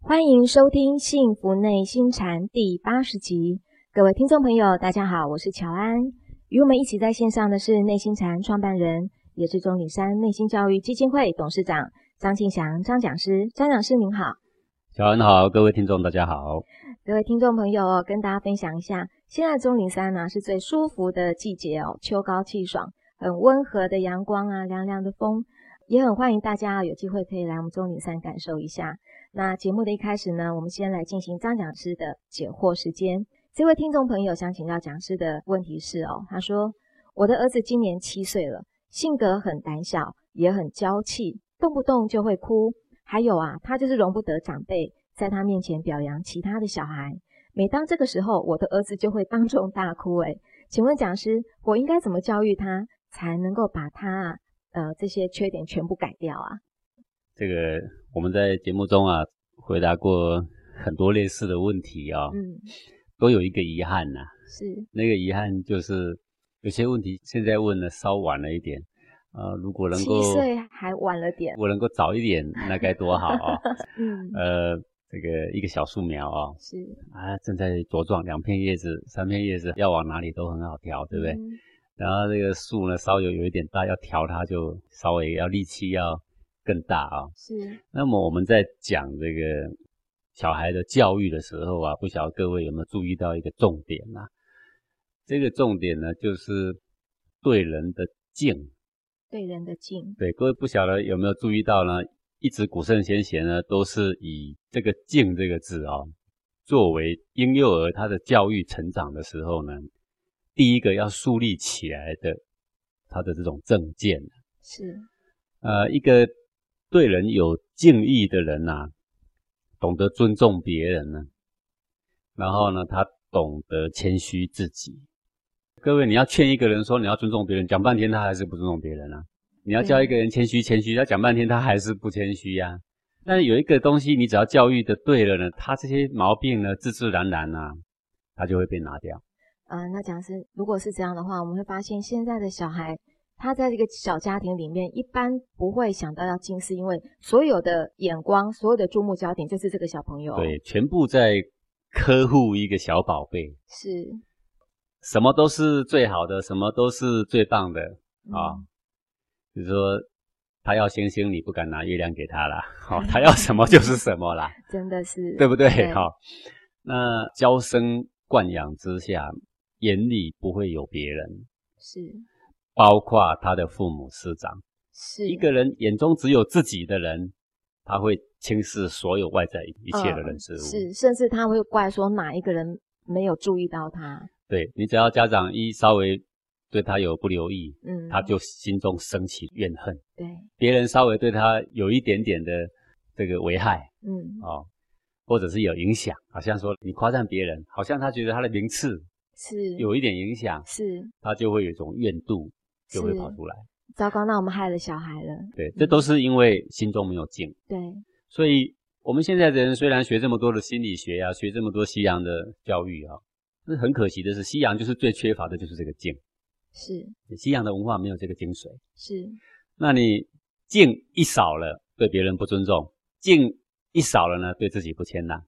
欢迎收听《幸福内心禅》第八十集。各位听众朋友，大家好，我是乔安。与我们一起在线上的是内心禅创办人，也是钟岭山内心教育基金会董事长张庆祥张讲师。张讲师您好，小安好，各位听众大家好。各位听众朋友哦，跟大家分享一下，现在钟岭山呢、啊是最舒服的季节哦，秋高气爽，很温和的阳光啊，凉凉的风，也很欢迎大家啊有机会可以来我们钟岭山感受一下。那节目的一开始呢，我们先来进行张讲师的解惑时间。这位听众朋友想请教讲师的问题是哦，他说我的儿子今年七岁了，性格很胆小，也很娇气，动不动就会哭。还有啊，他就是容不得长辈在他面前表扬其他的小孩。每当这个时候，我的儿子就会当众大哭。诶，请问讲师，我应该怎么教育他，才能够把他啊呃这些缺点全部改掉啊？这个我们在节目中啊回答过很多类似的问题啊、嗯，都有一个遗憾呐、是，那个遗憾就是有些问题现在问的稍晚了一点啊、呃如果能够七岁还晚了点如果能够早一 点，那该多好啊、嗯，呃，这个一个小树苗啊、是，啊正在茁壮，两片叶子、三片叶子要往哪里都很好调，对不对？嗯然后这个树呢稍有有一点大，要调它就稍微要力气要更大啊、是，那么我们在讲这个小孩的教育的时候啊，不晓得各位有没有注意到一个重点啊？这个重点呢，就是对人的敬。对人的敬，对，各位不晓得有没有注意到呢？一直古圣先贤呢，都是以这个“敬”这个字哦，作为婴幼儿他的教育成长的时候呢，第一个要树立起来的他的这种正见。是，呃，一个对人有敬意的人呐、懂得尊重别人呢、然后呢，他懂得谦虚自己。各位，你要劝一个人说你要尊重别人，讲半天他还是不尊重别人啊。你要教一个人谦虚谦虚，他讲半天他还是不谦虚呀、但是有一个东西，你只要教育的对了呢，他这些毛病呢，自自然然啊，他就会被拿掉。呃，那讲师，如果是这样的话，我们会发现现在的小孩，他在这个小家庭里面，一般不会想到要近视，因为所有的眼光、所有的注目焦点就是这个小朋友。，对，全部在呵护一个小宝贝，是什么都是最好的，什么都是最棒的啊、嗯比如说，他要星星，你不敢拿月亮给他啦， 好、他要什么就是什么 啦，真的是对不对？对好、那娇生惯养之下，眼里不会有别人，是包括他的父母师长。是一个人眼中只有自己的人，他会轻视所有外在一切的人事物。嗯是，甚至他会怪说哪一个人没有注意到他，对你只要家长一稍微对他有不留意，嗯，他就心中升起怨恨。对，别人稍微对他有一点点的这个危害嗯，哦，或者是有影响，好像说你夸赞别人，好像他觉得他的名次是有一点影响，是他就会有一种怨妒，是就会跑出来。糟糕，那我们害了小孩了，对，这都是因为心中没有静。对，所以我们现在的人虽然学这么多的心理学呀、学这么多西洋的教育啊，那很可惜的是，西洋就是最缺乏的就是这个静，是西洋的文化没有这个精髓。是那你敬一少了，对别人不尊重；敬一少了呢，对自己不谦让。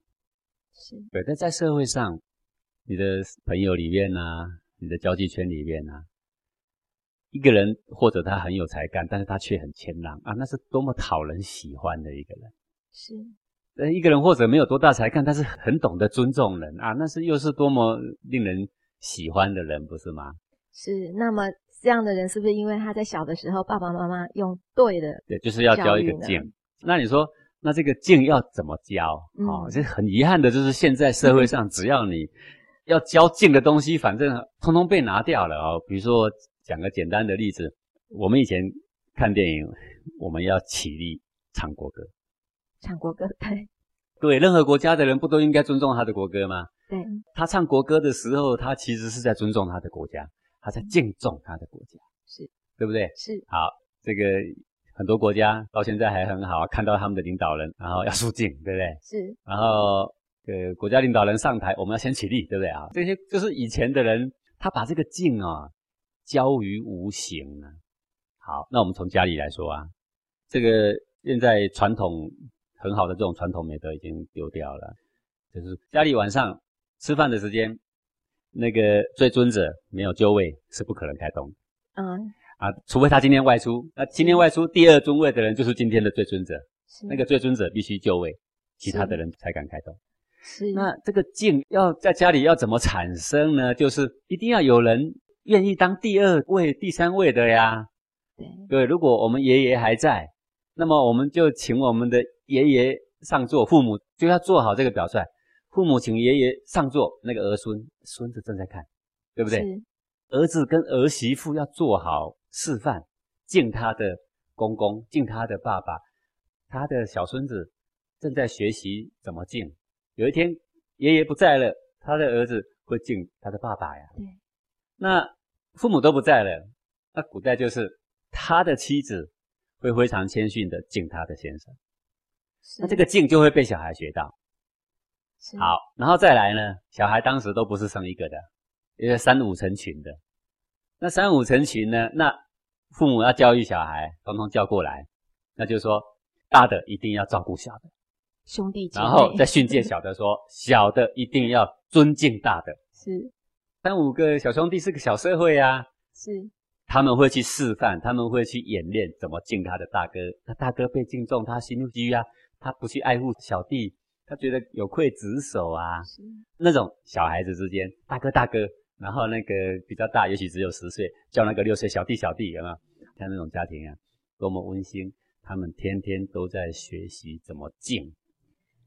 是，对，但在社会上，你的朋友里面啊，你的交际圈里面啊，一个人或者他很有才干，但是他却很谦让啊，那是多么讨人喜欢的一个人。是呃，一个人或者没有多大才干，但是很懂得尊重人啊，那是又是多么令人喜欢的人，不是吗？是。那么这样的人是不是因为他在小的时候爸爸妈妈用对的对，就是要教一个教育呢敬。那你说，那这个敬要怎么教？嗯哦，这很遗憾的，就是现在社会上，只要你要教敬的东西，反正通通被拿掉了哦。比如说，讲个简单的例子，我们以前看电影，我们要起立唱国歌。唱国歌？对各位，任何国家的人不都应该尊重他的国歌吗？对，他唱国歌的时候，他其实是在尊重他的国家，他在敬重他的国家，嗯是对不对？是这个很多国家到现在还很好啊，看到他们的领导人，然后要肃静，对不对？是然后呃，国家领导人上台，我们要先起立，对不对啊？这些就是以前的人，他把这个敬啊交于无形啊了、好，那我们从家里来说啊，这个现在传统很好的这种传统美德已经丢掉了。就是家里晚上吃饭的时间，那个最尊者没有就位是不可能开动的嗯，啊，除非他今天外出。那今天外出第二尊位的人就是今天的最尊者，是那个最尊者必须就位，其他是的人才敢开动。是那这个静要在家里要怎么产生呢？就是一定要有人愿意当第二位、第三位的呀。对对，如果我们爷爷还在，那么我们就请我们的爷爷上座，父母就要做好这个表率。父母请爷爷上座，那个儿孙孙子正在看，对对不对？？儿子跟儿媳妇要做好示范，敬他的公公，敬他的爸爸，他的小孙子正在学习怎么敬。有一天爷爷不在了，他的儿子会敬他的爸爸呀。对，那父母都不在了，那古代就是他的妻子会非常谦逊的敬他的先生，是那这个敬就会被小孩学到。是好，然后再来呢，小孩当时都不是生一个的，因为三五成群的。那三五成群呢，那父母要教育小孩，统统叫过来，那就说大的一定要照顾小的，兄弟姐妹，然后再训诫小的说，小的一定要尊敬大的。是三五个小兄弟是个小社会啊，是他们会去示范，他们会去演练怎么敬他的大哥。那大哥被敬重，他心虚啊，他不去爱护小弟，他觉得有愧职守啊。是那种小孩子之间，大哥大哥，然后那个比较大，也许只有十岁，叫那个六岁小弟小弟，有没有？像那种家庭啊，多么温馨！他们天天都在学习怎么敬，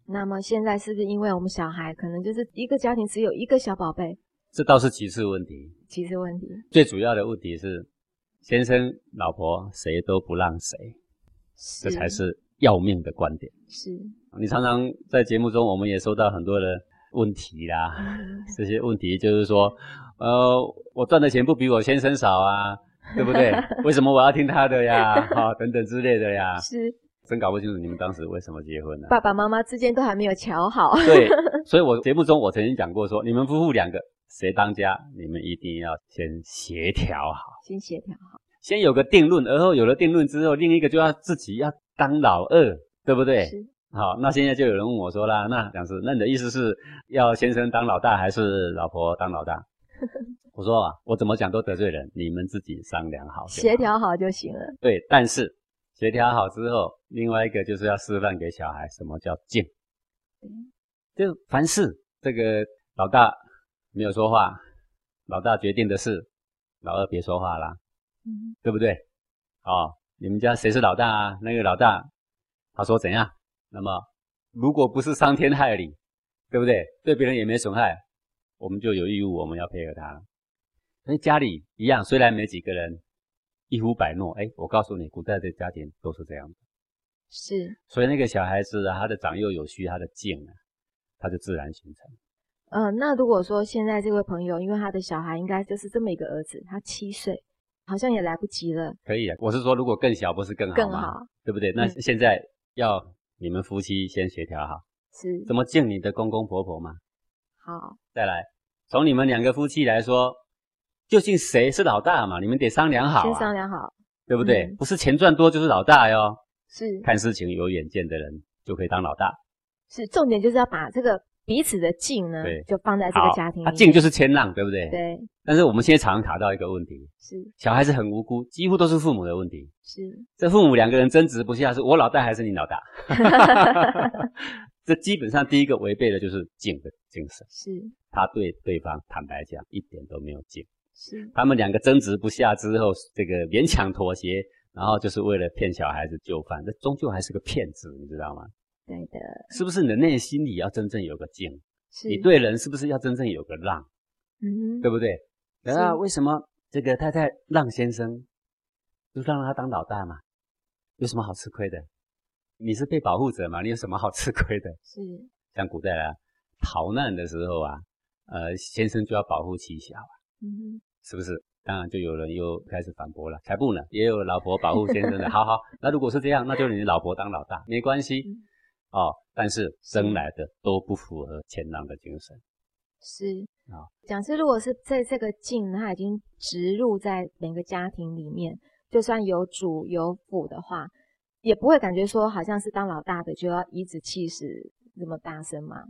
那么现在是不是因为我们小孩可能就是一个家庭只有一个小宝贝，这倒是其次问题。其实问题最主要的问题是，先生、老婆谁都不让谁，是这才是要命的观点。是你常常在节目中，我们也收到很多的问题啦，嗯这些问题就是说，呃，我赚的钱不比我先生少啊，对不对？为什么我要听他的呀？ 哈、等等之类的呀，是真搞不清楚你们当时为什么结婚呢、爸爸妈妈之间都还没有瞧好， 对，所以我节目中我曾经讲过说，你们夫妇两个谁当家，你们一定要先协调好，先协调好，先有个定论，而后有了定论之后，另一个就要自己要当老二，对不对？是好，那现在就有人问我说啦，那讲师，那你的意思是要先生当老大还是老婆当老 大？我说啊，我怎么讲都得罪人，你们自己商量好就好协调好就行了，对，但是协调好之后，另外一个就是要示范给小孩什么叫敬对。就凡事这个老大没有说话，老大决定的事，老二别说话啦，嗯，对不对？哦，你们家谁是老大啊？那个老大他说怎样？那么如果不是伤天害理，对不对？对别人也没损害，我们就有义务我们要配合他。所以家里一样，虽然没几个人，一呼百诺。哎，我告诉你，古代的家庭都是这样的。是所以那个小孩子啊，他的长幼有序，他的敬啊，他就自然形成。呃，那如果说现在这位朋友，因为他的小孩应该就是这么一个儿子，他七岁，好像也来不及了，可以啊，我是说，如果更小不是更好更吗？好对不对？那嗯现在要你们夫妻先协调好，是怎么敬你的公公婆婆嘛。好再来，从你们两个夫妻来说，究竟谁是老大嘛？你们得商量好、先啊，商量好对不对？嗯不是钱赚多就是老大哟。是看事情有远见的人就可以当老大。是重点就是要把这个彼此的劲呢对，就放在这好，个家庭里他面，敬就是谦让，对不对？。对但是我们现在常常卡到一个问题，是小孩子很无辜，几乎都是父母的问题。是这父母两个人争执不下，是我老大还是你老大？ 这基本上第一个违背的就是敬的精神，是他对对方坦白讲一点都没有敬。是他们两个争执不下之后，这个勉强妥协，然后就是为了骗小孩子就范，那终究还是个骗子，你知道吗？对的，是不是你的内心里要真正有个敬？是你对人是不是要真正有个让，嗯对哼不对？是然后为什么这个太太让先生，就让他当老大嘛？有什么好吃亏的？你是被保护者嘛？你有什么好吃亏的？是像古代啊，逃难的时候啊，呃，先生就要保护妻小。嗯是不是？当然就有人又开始反驳了，才不呢，也有老婆保护先 生的。好好，那如果是这样，那就你老婆当老大，没关系嗯哦。但是争来的都不符合谦让的精神，哼是好讲师如果是在这个劲，它已经植入在每个家庭里面，就算有主有辅的话，也不会感觉说好像是当老大的就要颐指气使这么大声嘛。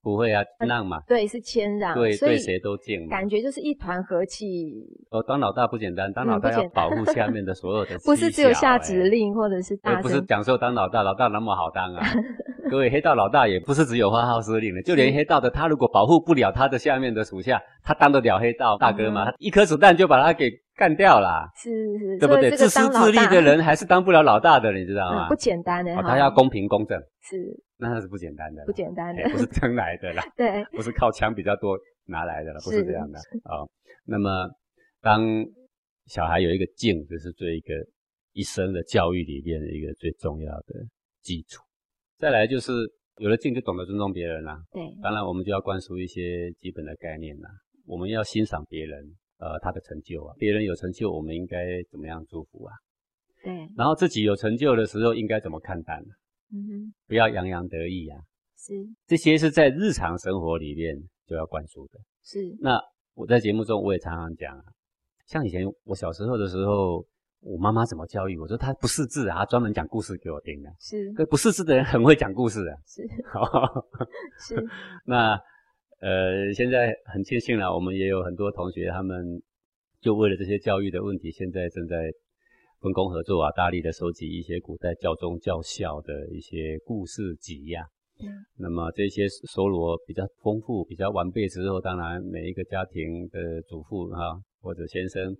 不会啊，让嘛，对，是谦让，对嗯啊所对以谁都敬嘛。感觉就是一团和气，哦，当老大不简单，当嗯老不大要简单保护下面的所有 的，哎不是只有下指。令或者是而大不是声。讲说当老大，老大那么好 当啊！各位，黑道老大也不是只有发号施令的，就连黑道的他，如果保护不了他的下面的属下，他当得了黑道大哥吗？一颗子弹就把他给干掉啦，嗯是是，对不所以对？这自个私当自老利大的人还是当不了老大的，你知道嗯吗不？简单的哦，哈，他要公平公正，是那是不简单的啦，不简单的哎，不是争来 的啦。对，不是靠枪比较多拿来的了，不是是这样的啊、哦那么，当小孩有一个敬，这是对一个一生的教育里面的一个最重要的基础。再来就是有了敬，就懂得尊重别人啦、对，当然，我们就要灌输一些基本的概念啦、我们要欣赏别人，呃，他的成就啊，别人有成就，我们应该怎么样祝福啊？对，然后自己有成就的时候，应该怎么看待呢、啊嗯哼，不要洋洋得意啊。是这些是在日常生活里面就要灌输的。是，那我在节目中我也常常讲啊，像以前我小时候的时候，我妈妈怎么教育我说她不识字啊，她专门讲故事给我听的、啊。是可不识字的人很会讲故事啊。 是是，那呃，现在很庆幸了，我们也有很多同学他们就为了这些教育的问题，现在正在分工合作啊，大力的收集一些古代教宗教校的一些故事集呀、嗯那么这些搜罗比较丰富、比较完备之后，当然每一个家庭的主妇啊或者先生，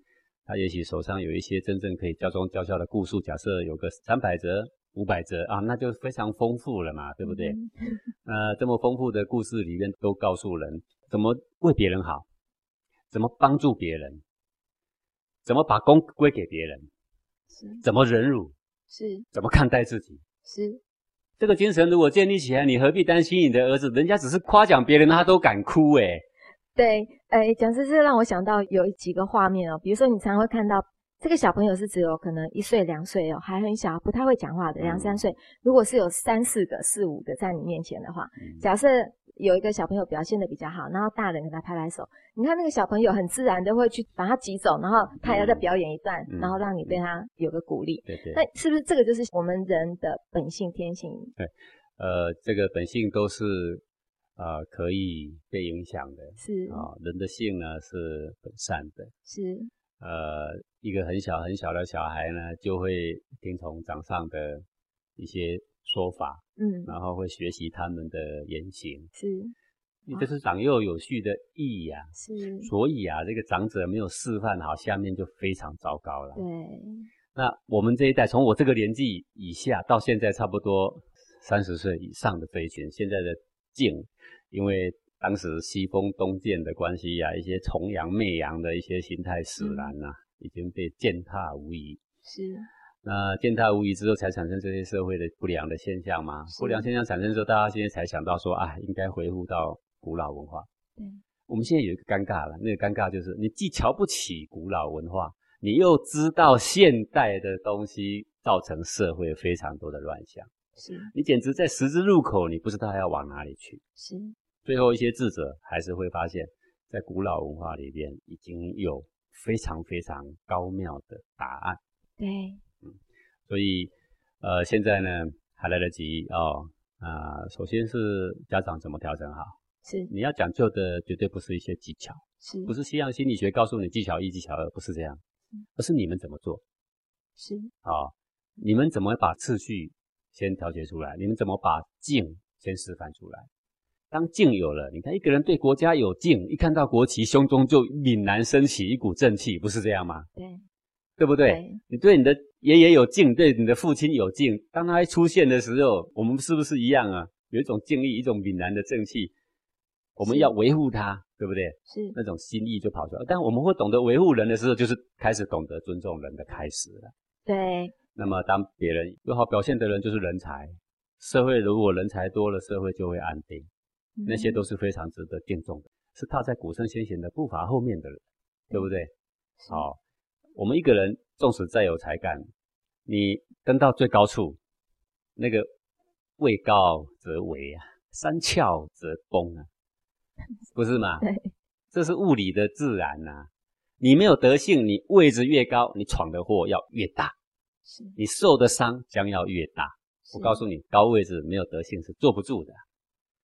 他也许手上有一些真正可以教宗教校的故事，假设有个三百折、五百折啊，那就非常丰富了嘛，对不对？嗯哼呃，这么丰富的故事里面都告诉人怎么为别人好，怎么帮助别人，怎么把功归给别人，是怎么忍辱，是怎么看待自己。是这个精神如果建立起来，你何必担心你的儿子？人家只是夸奖别人，他都敢哭欸诶、对，哎，讲师这让我想到有几个画面哦，比如说你常常会看到这个小朋友是只有可能一岁两岁哦，还很小，不太会讲话的两嗯三岁，如果是有三四个、四五个在你面前的话，嗯假设有一个小朋友表现的比较好，然后大人跟他拍拍手，你看那个小朋友很自然的会去把他挤走，然后他也要再表演一段，嗯然后让你对他有个鼓励。对对那是不是这个就是我们人的本性天性？呃，这个本性都是呃可以被影响的是啊、人的性呢是本善的，是呃，一个很小很小的小孩呢，就会听从掌上的一些说法，嗯然后会学习他们的言行，是这是长幼有序的意义啊。是，所以啊，这个长者没有示范好，下面就非常糟糕了。对那我们这一代，从我这个年纪以下到现在差不多三十岁以上的这一群，现在的敬，因为当时西风东渐的关系呀、啊，一些崇洋媚洋的一些心态使然呐、已经被践踏无疑。是那践踏无疑之后，才产生这些社会的不良的现象嘛？是不良现象产生之后，大家现在才想到说啊，应该回复到古老文化。对，我们现在有一个尴尬了，那个尴尬就是你既瞧不起古老文化，你又知道现代的东西造成社会非常多的乱象，是你简直在十字路口，你不知道要往哪里去。是最后一些智者还是会发现，在古老文化里边已经有非常非常高妙的答案。对所以呃，现在呢还来得及哦。啊、首先是家长怎么调整好，是你要讲究的绝对不是一些技巧，是不是西洋心理学告诉你技巧一、技巧二，不是这样，而是你们怎么做是啊、你们怎么把次序先调节出来？你们怎么把敬先示范出来？当敬有了，你看一个人对国家有敬，一看到国旗，胸中就凛然升起一股正气，不是这样吗？对对不对？你对你的爷爷有敬，对你的父亲有敬。当他出现的时候，我们是不是一样啊？有一种敬意，一种凛然的正气，我们是要维护他，对不对？是那种心意就跑出来。但我们会懂得维护人的时候，就是开始懂得尊重人的开始了。对那么，当别人有好表现的人，就是人才。社会如果人才多了，社会就会安定。那些都嗯是非常值得敬重的，是踏在古圣先贤的步伐后面的人，对不对？是好、我们一个人纵使再有才干，你登到最高处，那个位高则围啊，山峭则崩啊，不是吗？对这是物理的啊自然呐、你没有德性，你位置越高，你闯的祸要越大。是你受的伤将要越大。我告是诉你，高位置没有德性是坐不住的，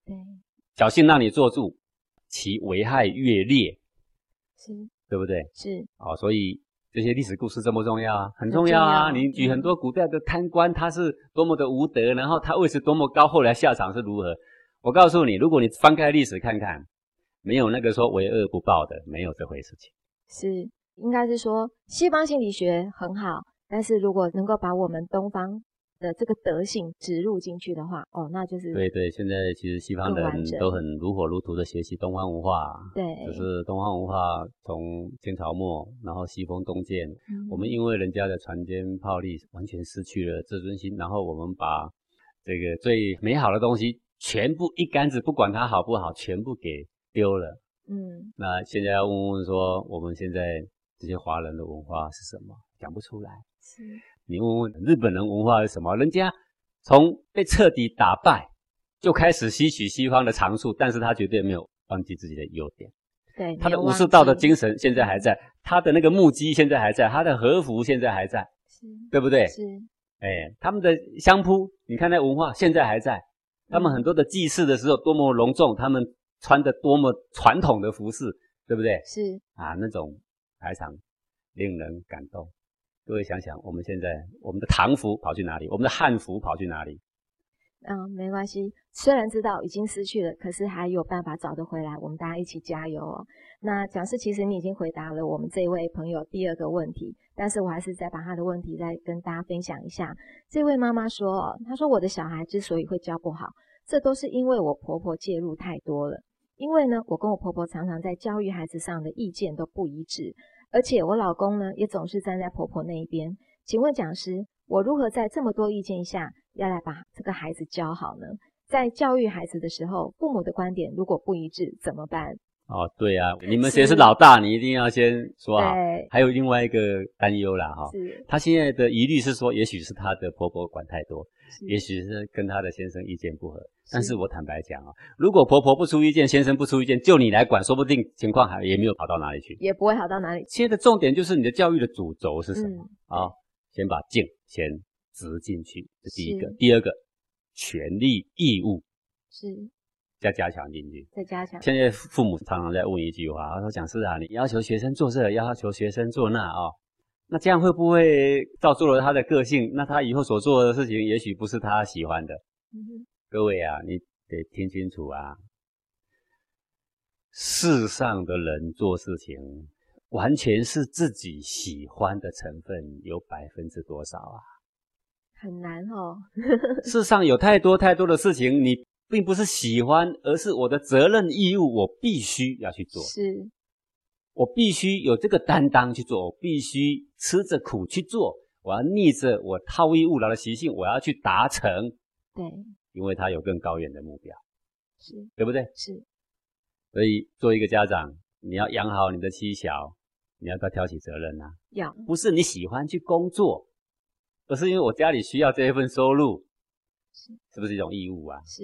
对侥幸让你坐住，其危害越烈，是对不对？是哦，所以这些历史故事重不重要啊？很重要啊！很重要你举嗯很多古代的贪官，他是多么的无德，然后他位置多么高，后来下场是如何？我告诉你，如果你翻开历史看看，没有那个说为恶不报的，没有这回事情。是，应该是说西方心理学很好，但是如果能够把我们东方的这个德性植入进去的话，哦，那就是对对，现在其实西方更完人整都很如火如荼的学习东方文化，对只是东方文化从清朝末，然后西风东渐，我们嗯因为人家的船坚炮利，完全失去了自尊心，然后我们把这个最美好的东西全部一竿子，不管它好不好，全部给丢了。嗯那现在要问问说，我们现在这些华人的文化是什么？讲不出来。是你问问日本人文化是什么？人家从被彻底打败就开始吸取西方的长处，但是他绝对没有忘记自己的优点。对他没的有武忘士道的记精神现在还在，他的那个木屐现在还在，他的和服现在还在，对不对是？是哎，他们的相扑，你看那文化现在还在，他们很多的祭祀的时候多么隆重，他们穿的多么传统的服饰，对不对？是啊，那种排场令人感动。各位想想，我们现在我们的唐服跑去哪里？我们的汉服跑去哪里？嗯，没关系。虽然知道已经失去了，可是还有办法找得回来。我们大家一起加油哦！那讲师，其实你已经回答了我们这位朋友第二个问题，但是我还是再把他的问题再跟大家分享一下。这位妈妈说哦，她说我的小孩之所以会教不好，这都是因为我婆婆介入太多了。因为呢，我跟我婆婆常常在教育孩子上的意见都不一致，而且我老公呢也总是站在婆婆那一边，请问讲师，我如何在这么多意见下，要来把这个孩子教好呢？在教育孩子的时候，父母的观点如果不一致怎么办？哦，对啊，你们谁是是老大，你一定要先说好。对，还有另外一个担忧啦，哈、是，她现在的疑虑是说，也许是她的婆婆管太多，是也许是跟她的先生意见不合。但是我坦白讲啊，如果婆婆不出意见，先生不出意见，就你来管，说不定情况还也没有好到哪里去。也不会好到哪里去。现在的重点就是你的教育的主轴是什么嗯，啊、先把劲先植进去，这第一个是。第二个，权利义务是，要加强进去。再加强，现在父母常常在问一句话，他说：“讲师啊，你要求学生做这，要求学生做那啊、哦，那这样会不会造就了他的个性？那他以后所做的事情，也许不是他喜欢的。嗯哼各位啊，你得听清楚啊，世上的人做事情，完全是自己喜欢的成分有百分之多少啊？很难哦。世上有太多太多的事情，你并不是喜欢，而是我的责任义务，我必须要去做。”是，我必须有这个担当去做，我必须吃着苦去做，我要逆着我好逸恶劳的习性，我要去达成，对，因为他有更高远的目标，是对不对？是所以作为一个家长，你要养好你的妻小，你要不要挑起责任啊？要不是你喜欢去工作，而是因为我家里需要这一份收入，是是不是一种义务啊？是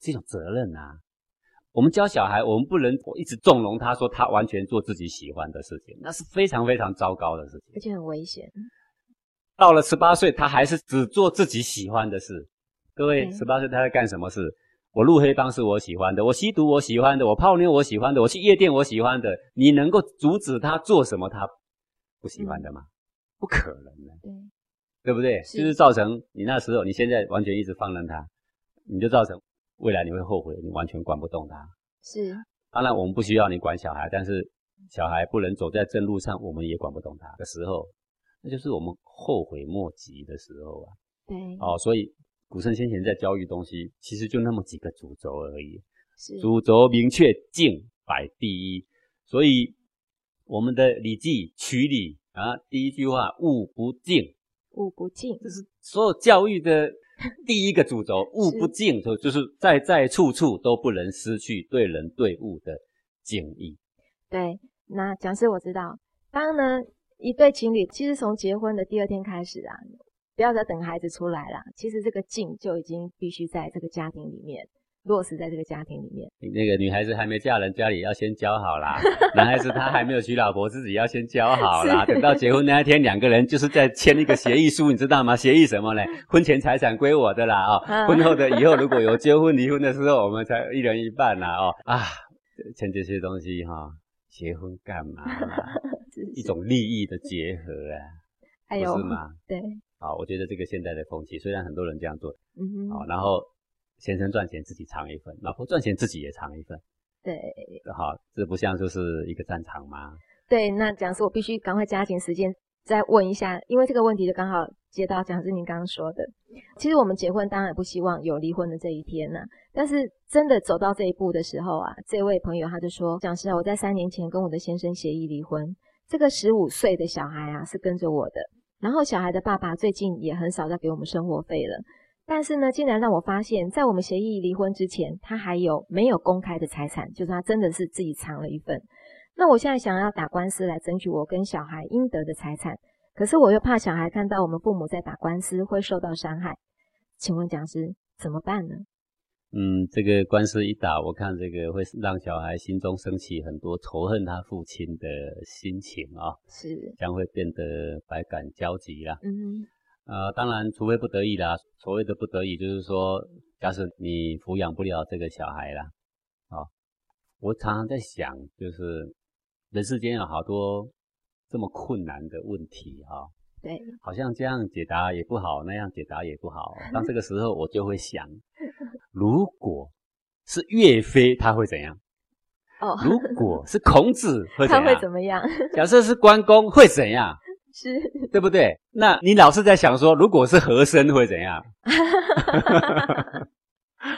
是一种责任啊。我们教小孩，我们不能一直纵容他，说他完全做自己喜欢的事情，那是非常非常糟糕的事情而。且很危险。到了十八岁，他还是只做自己喜欢的事。各位，嗯十八岁他在干什么事？我入黑帮是我喜欢的，我吸毒我喜欢的，我泡妞我喜欢的，我去夜店我喜欢的。你能够阻止他做什么他不喜欢的吗？不可能的，对，对不对？嗯是就是造成你那时候，你现在完全一直放任他，你就造成未来你会后悔，你完全管不动他。是当然，我们不需要你管小孩，但是小孩不能走在正路上，我们也管不动他的时候，那就是我们后悔莫及的时候啊！对，哦，所以古圣先贤在教育东西，其实就那么几个主轴而已，是主轴明确，敬摆第一。所以我们的《礼记·曲礼》啊，第一句话“物不敬无不尽”，。这是所有教育的第一个主轴，“物不敬”就就是在在处处都不能失去对人对物的敬意。对，那讲师我知道，当呢一对情侣，其实从结婚的第二天开始啊，不要再等孩子出来了，其实这个敬就已经必须在这个家庭里面。落实在这个家庭里面。你那个女孩子还没嫁人，家里要先教好啦；男孩子他还没有娶老婆，自己要先教好啦。是等到结婚那一天，两个人就是在签一个协议书，你知道吗？协议什么呢？婚前财产归我的啦，嗯哦，婚后的以后如果有结婚离婚的时候，我们才一人一半啦，哦啊，签这些东西哈、结婚干嘛啦？是一种利益的结合啊，还有不是吗？哎对，啊、我觉得这个现在的风气，虽然很多人这样做，嗯好、哼，然后先生赚钱自己尝一份，老婆赚钱自己也尝一份，对好、这不像就是一个战场吗？对。那讲师，我必须赶快加紧时间再问一下，因为这个问题就刚好接到讲师您刚刚说的。其实我们结婚当然不希望有离婚的这一天呐、但是真的走到这一步的时候啊，这位朋友他就说：“讲师啊，我在三年前跟我的先生协议离婚，这个十五岁的小孩啊是跟着我的，然后小孩的爸爸最近也很少再给我们生活费了。但是呢，竟然让我发现，在我们协议离婚之前，他还有没有公开的财产，就是他真的是自己藏了一份。那我现在想要打官司来争取我跟小孩应得的财产，可是我又怕小孩看到我们父母在打官司会受到伤害。请问讲师怎么办呢？嗯，这个官司一打，我看这个会让小孩心中升起很多仇恨他父亲的心情啊、是，将会变得百感交集啦。嗯，呃，当然，除非不得已啦。所谓的不得已，就是说，假使你抚养不了这个小孩啦，哦，我常常在想，就是人世间有好多这么困难的问题哈、哦，对，好像这样解答也不好，那样解答也 不好。当这个时候，我就会想，如果是岳飞，他会怎样？哦，如果是孔子，会怎他样？会怎么 样？假设是关公，会怎样？是，对不对？那你老是在想说，如果是和珅会怎样？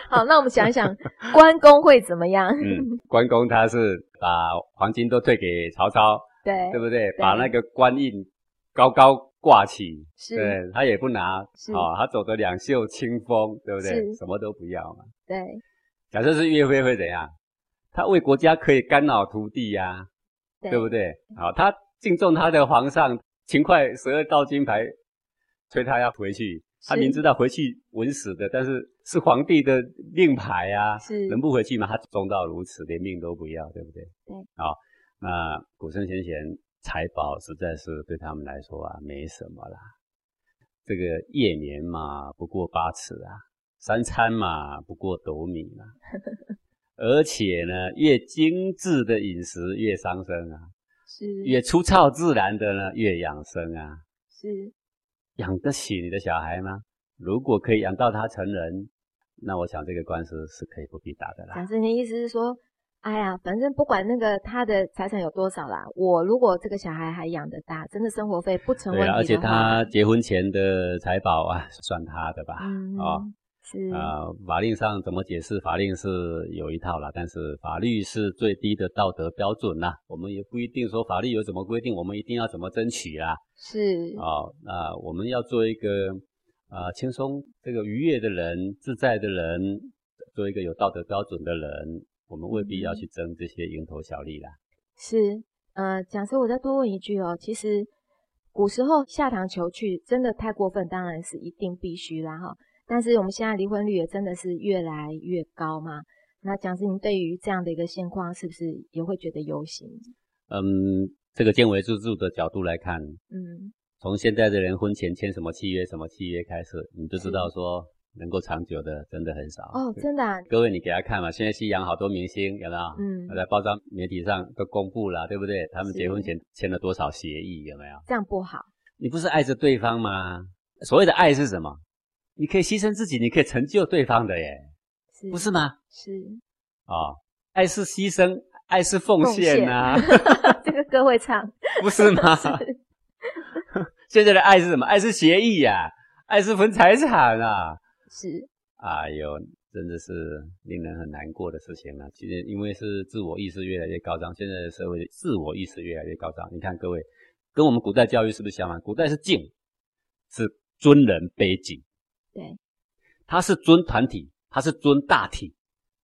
好，那我们想一想，关公会怎么样？嗯，关公他是把黄金都退给曹操，对对，不对？把那个官印高高挂起，是，对他也不拿，是哦，他走的两袖清风，对不对？是什么都不要嘛。对，假设是岳飞会怎样？他为国家可以肝脑涂地呀、对不对？好，他敬重他的皇上，勤快十二道金牌，催他要回去。他是明知道回去稳死的，但是是皇帝的令牌啊，是能不回去吗？他忠到如此，连命都不要，对不对？对。好，那古圣先贤财宝实在是对他们来说啊，没什么啦。这个夜眠嘛，不过八尺啊；三餐嘛，不过斗米 啊。而且呢，越精致的饮食越伤身啊，是越粗糙自然的呢越养生啊。是养得起你的小孩吗？如果可以养到他成人，那我想这个官司是可以不必打的啦。讲师，您意思是说，哎呀，反正不管那个他的财产有多少啦，我如果这个小孩还养得大，真的生活费不成问对题啊，的话，而且他结婚前的财宝啊，算他的吧。嗯哦，是啊，法令上怎么解释？法令是有一套啦，但是法律是最低的道德标准啦。我们也不一定说法律有什么规定，我们一定要怎么争取啦。是哦，那我们要做一个呃轻松、这个愉悦的人、自在的人，做一个有道德标准的人，我们未嗯必要去争这些蝇头小利啦。是，呃，假设我再多问一句哦，其实古时候下堂求去真的太过分，当然是一定必须啦哈。但是我们现在离婚率也真的是越来越高嘛。那讲师，您对于这样的一个现况，是不是也会觉得忧心？嗯，这个见微知著的角度来看，嗯，从现在的人婚前签什么契约、什么契约开始，你就知道说能够长久的真的很少。哦，真的、啊，各位，你给他看嘛，现在西洋好多明星有没有？嗯，在报章媒体上都公布了，对不对？他们是结婚前签了多少协议，有没有？这样不好，你不是爱着对方吗？所谓的爱是什么？你可以牺牲自己，你可以成就对方的耶，是不是吗？是，啊、爱是牺牲，爱是奉献啊呐、 这个歌会唱， 不是吗？现在的爱是什么？爱是协议呀、爱是分财产啊！是哎呦，真的是令人很难过的事情啊！其实因为是自我意识越来越高涨，现在的社会自我意识越来越高涨。你看各位，跟我们古代教育是不是相反？古代是敬，是尊人卑己。对，他是尊团体，他是尊大体，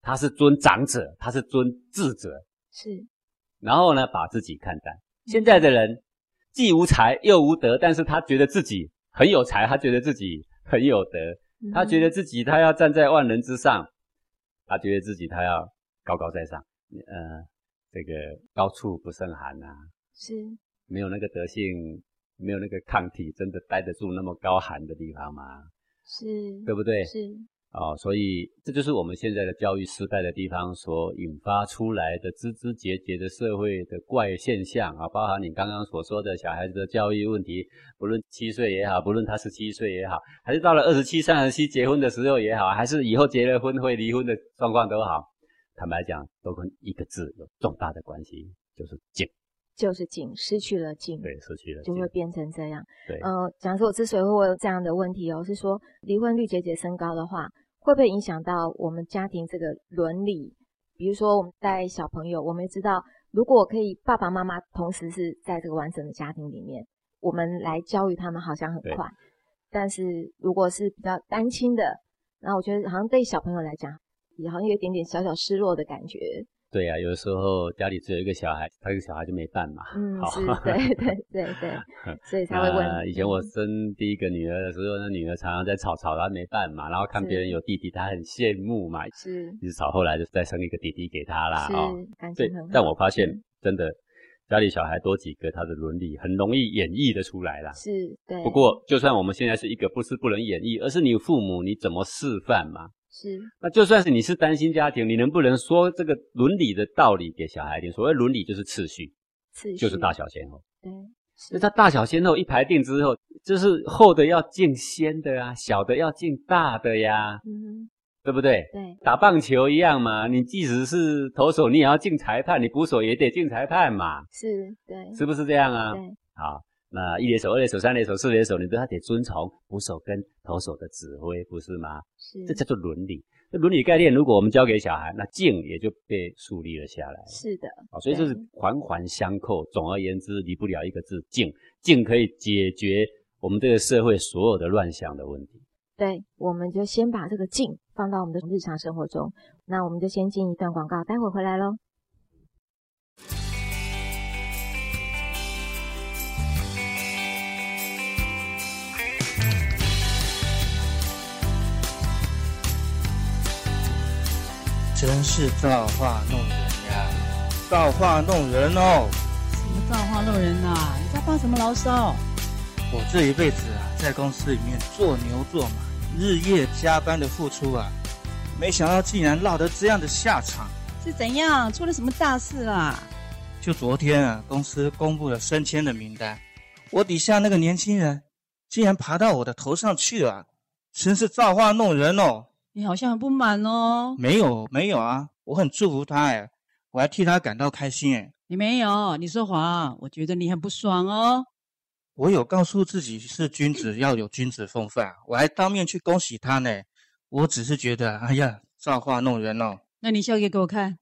他是尊长者，他是尊智者，是然后呢，把自己看淡。现在的人既无才又无德，但是他觉得自己很有嗯才，他觉得自己很有德，他觉得自己他要站在万人之上，他觉得自己他要高高在上，呃，这个高处不胜寒啊，是没有那个德性，没有那个抗体，真的待得住那么高寒的地方吗？是，对不对？是哦，所以这就是我们现在的教育失败的地方所引发出来的枝枝节节的社会的怪现象啊，包含你刚刚所说的小孩子的教育问题，不论七岁也好，不论他十七岁也好，还是到了二十七、三十七结婚的时候也好，还是以后结了婚会离婚的状况都好，坦白讲，都跟一个字有重大的关系，就是敬。就是紧，失去了紧，对，失去了就敬会变成这样。对，呃，讲说我之所以会有这样的问题哦，是说离婚率节节升高的话，会不会影响到我们家庭这个伦理？比如说我们带小朋友，我们也知道，如果可以爸爸妈妈同时是在这个完整的家庭里面，我们来教育他们好像很对快，但是如果是比较单亲的，那我觉得好像对小朋友来讲，也好像有一点点小小失落的感觉。对呀、有时候家里只有一个小孩，他这个小孩就没伴嘛。嗯，好是，对对对 对，所以才会问。嗯呃，以前我生第一个女儿的时候，那女儿常常在吵吵，她没办嘛，然后看是别人有弟弟，她很羡慕嘛，是一直吵，后来就再生一个弟弟给她啦。哦，是感对情很好。，但我发现嗯真的家里小孩多几个，他的伦理很容易演绎的出来啦。是对，不过，就算我们现在是一个，不是不能演绎，而是你父母你怎么示范嘛？是那就算是你是单亲家庭，你能不能说这个伦理的道理给小孩听？所谓伦理就是次序，次序就是大小先后。对，就是它大小先后一排定之后，就是厚的要敬先的啊，小的要敬大的呀，嗯对不对哼？对打棒球一样嘛，你即使是投手，你也要敬裁判，你捕手也得敬裁判嘛，是对是不是这样啊？对好，那一垒手、二垒手、三垒手、四垒手，你都要得遵从捕手跟投手的指挥，不是吗？是这叫做伦理。那伦理概念，如果我们教给小孩，那敬也就被树立了下来。是的，啊，所以就是对环环相扣。总而言之，离不了一个字“敬”，敬可以解决我们这个社会所有的乱象的问题。对，我们就先把这个劲放到我们的日常生活中。那我们就先进一段广告，待会儿回来喽。真是造化弄人呀、造化弄人哦！什么造化弄人呐、啊你在发什么牢骚？我这一辈子啊，在公司里面做牛做马，日夜加班的付出啊，没想到竟然落得这样的下场。是怎样出了什么大事啊啦？就昨天啊，公司公布了升迁的名单，我底下那个年轻人竟然爬到我的头上去了，啊真是造化弄人哦！你好像很不满哦。没有没有啊，我很祝福他哎，我还替他感到开心哎。你没有，你说谎，我觉得你很不爽哦。我有告诉自己是君子，要有君子风范，我还当面去恭喜他呢。我只是觉得，哎呀，造化弄人哦！那你笑一个给我看，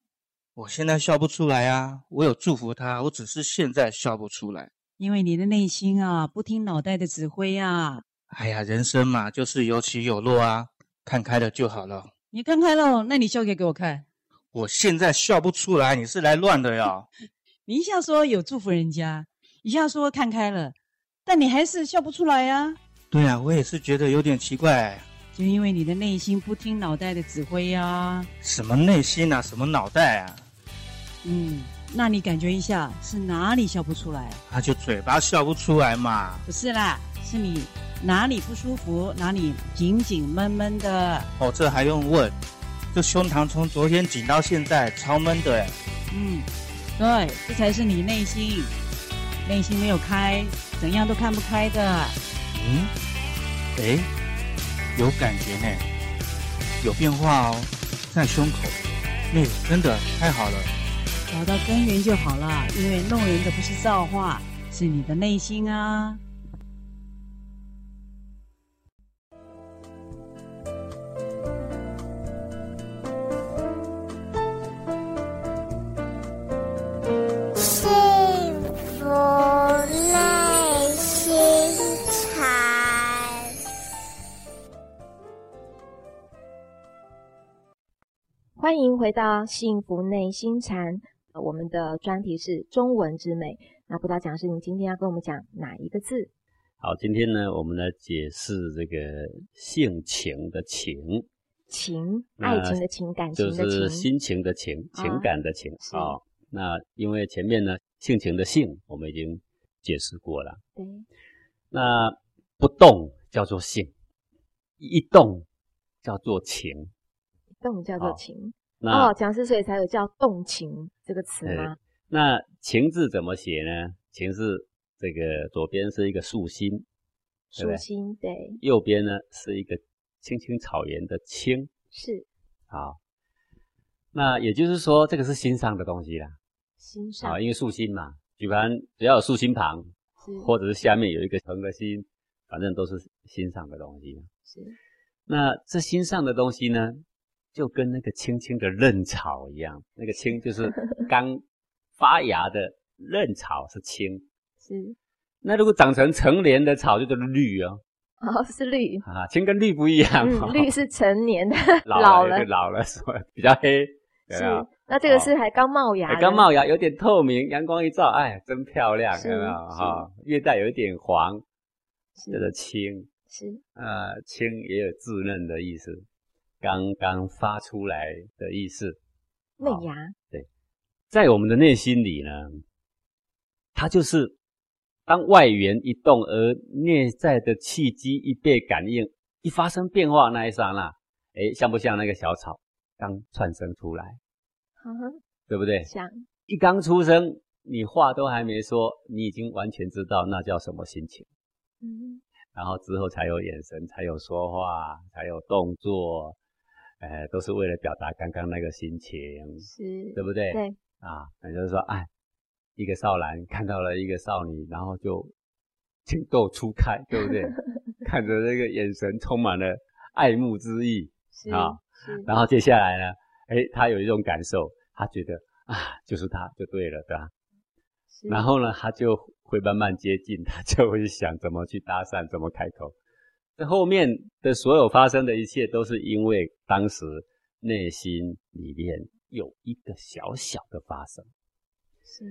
我现在笑不出来啊，我有祝福他，我只是现在笑不出来。因为你的内心啊，不听脑袋的指挥啊。哎呀，人生嘛，就是有起有落啊，看开了就好了。你看开了，那你笑一个给我看。我现在笑不出来，你是来乱的呀？你一下说有祝福人家，一下说看开了，但你还是笑不出来呀、啊。对啊，我也是觉得有点奇怪，就因为你的内心不听脑袋的指挥呀、啊。什么内心啊，什么脑袋啊，嗯，那你感觉一下是哪里笑不出来？他就嘴巴笑不出来嘛。不是啦，是你哪里不舒服，哪里紧紧闷闷的。哦，这还用问？这胸膛从昨天紧到现在，超闷的哎。嗯，对，这才是你内心，内心没有开，怎样都看不开的。嗯，诶，有感觉呢，有变化哦，在胸口。那个真的太好了，找到根源就好了，因为弄人的不是造化，是你的内心啊。幸福内心禅。欢迎回到《幸福内心禅》，呃我们的专题是中文之美。那不知道讲师，你今天要跟我们讲哪一个字？好，今天呢，我们来解释这个性情的情。情，那爱情的情，感情就的情，是心情的情，啊情感的情是啊、那因为前面呢，性情的性我们已经解释过了，对，那不动叫做性，一动叫做情。动叫做好情。那、哎哦，讲师所以才有叫动情这个词吗？那情字怎么写呢？情字这个左边是一个竖心，对不舒对？心，对，右边呢是一个青青草原的青是啊。那也就是说，这个是心上的东西啦心上啊，因为竖心嘛，举凡只要有竖心旁，是或者是下面有一个横的心，反正都是心上的东西。是那这心上的东西呢，就跟那个青青的嫩草一样，那个青就是刚发芽的嫩草是青，是，那如果长成成年的草就叫做绿哦，哦，是 绿，啊，青跟绿不一样哦，嗯，绿是成年的 老了了就，老了，所以比较黑，对是吧？。那这个哦是还刚冒芽哎的，刚冒芽，有点透明，阳光一照，哎，真漂亮，是有没有？哈，越带有一点黄，是叫做青。是呃，青也有稚嫩的意思，刚刚发出来的意思，嫩芽，在我们的内心里呢，它就是当外缘一动，而内在的契机一被感应，一发生变化那一刹那，哎，像不像那个小草刚窜生出来，呵呵，对不对？想一刚出生，你话都还没说，你已经完全知道那叫什么心情。嗯，然后之后才有眼神，才有说话，才有动作，呃，都是为了表达刚刚那个心情，是对不对？对，啊，也就是说，哎，一个少男看到了一个少女，然后就情窦初开，对不对？ 看着那个眼神充满了爱慕之意，是啊是然后接下来呢，哎，他有一种感受，他觉得啊，就是他就对了，对吧？是，然后呢，他就会慢慢接近，他就会想怎么去搭讪，怎么开口。这后面的所有发生的一切，都是因为当时内心里面有一个小小的发生。是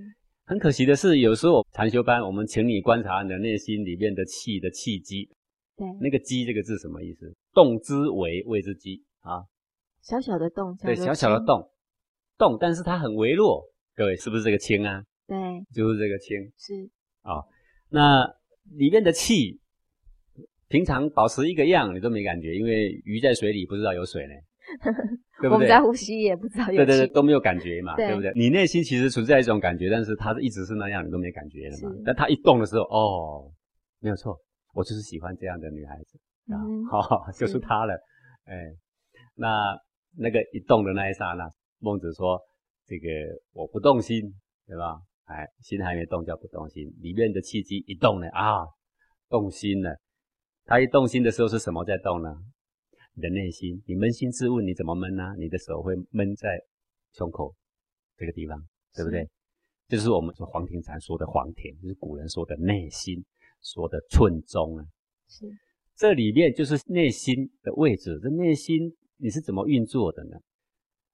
很可惜的是，有时候禅修班，我们请你观察你的内心里面的气的契机。对那个“机”这个字什么意思？动之为谓之机啊，小小的动，对，叫做小小的青，动，动，但是它很微弱。各位是不是这个轻啊？对，就是这个轻。是那里面的气，平常保持一个样，你都没感觉，因为鱼在水里不知道 有水呢，对我们不对？在呼吸也不知道有对对对，气都没有感觉嘛，对对不对？你内心其实存在一种感觉，但是它一直是那样，你都没感觉了嘛是。但它一动的时候，哦，没有错，我就是喜欢这样的女孩子，啊嗯，好、就是是她了。哎，那那个一动的那一刹那，孟子说：“这个我不动心，对吧？哎，心还没动叫不动心，里面的气机一动呢，啊，动心了。他一动心的时候是什么在动呢？你的内心，你扪心自问，你怎么闷呢、你的手会闷在胸口这个地方，对不对？这就是我们说黄庭禅说的黄庭，就是古人说的内心，说的寸中啊。是这里面就是内心的位置，这内心你是怎么运作的呢？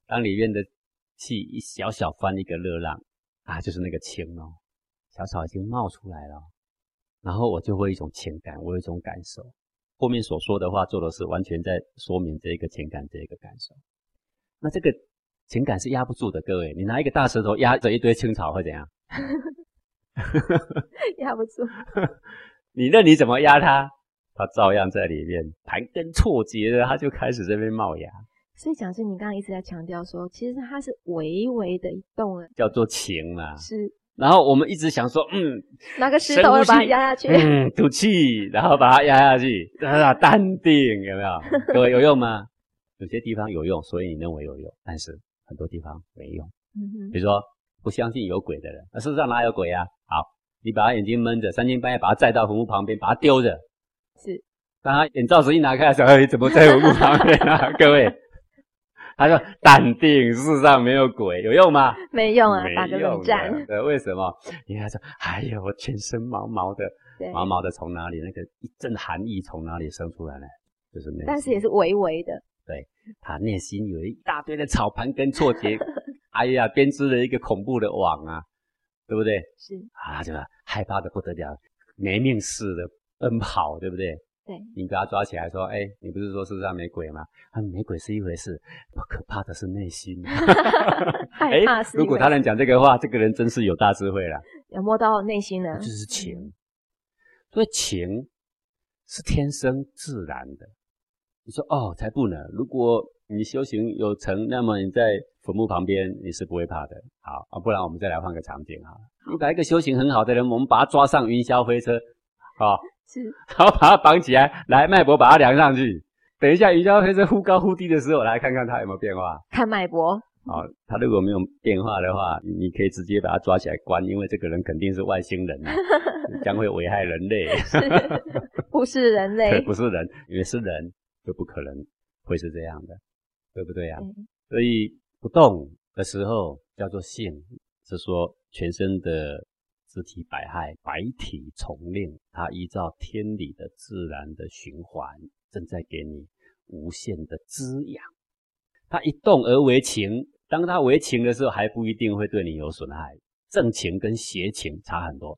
当里面的气一小小翻一个热浪啊，就是那个青哦，小草已经冒出来了，哦然后我就会一种情感，我有一种感受。后面所说的话做的是完全在说明这一个情感，这一个感受。那这个情感是压不住的，各位，你拿一个大石头压着一堆青草会怎样？压不住，你任你怎么压它，它照样在里面盘根错节的，它就开始这边冒芽，所以讲师，你刚刚一直在强调说，其实它是微微的一动了，叫做情啦、是然后我们一直想说，嗯拿个石深头呼要把它吸压下去， 嗯，吐气，然后把它压下去，啊，淡定，有 没有？各位有用吗？有些地方有用，所以你认为有用，但是很多地方没用。嗯哼比如说不相信有鬼的人，那世上哪有鬼啊？好，你把他眼睛闷着，三更半夜把他载到坟墓旁边，把他丢着。是当他眼罩子一拿开的时候，哎，怎么在坟墓旁边啊？各位，他说淡定，世上没有鬼，有用吗？没用啊没，打个冷用战，的。对，为什么？因为他说，哎呀，我全身毛毛的，对，毛毛的从哪里？那个一阵寒意从哪里生出来呢？就是那，但是也是微微的，他内心有一大堆的草盘跟错 节，哎呀，编织了一个恐怖的网啊，对不对？是啊，就害怕的不得了，没命似的奔跑，对不对？对，你把他抓起来说：“哎、你不是说世界上没鬼吗？啊，没鬼是一回事，我可怕的是内心。 害怕是哎如因果为他能讲这个话，这个人真是有大智慧了。有摸到内心了这，就是情，所以情是天生自然的。你说哦，才不呢！如果你修行有成，那么你在坟墓旁边你是不会怕的。好啊，不然我们再来换个场景好了。你把一个修行很好的人，我们把他抓上云霄飞车，啊、是然后把它绑起来，来脉搏把它量上去。等一下云霄飞车忽高忽低的时候，来看看它有没有变化。看脉搏，好、它啊如果没有变化的话，你你可以直接把它抓起来关，因为这个人肯定是外星人、啊，将会危害人类，，不是人类 不是人，因为是人就不可能会是这样的，对不对呀、对所以不动的时候叫做性，是说全身的肢体百骸、百体从令，它依照天理的自然的循环，正在给你无限的滋养。它一动而为情，当它为情的时候，还不一定会对你有损害。正情跟邪情差很多。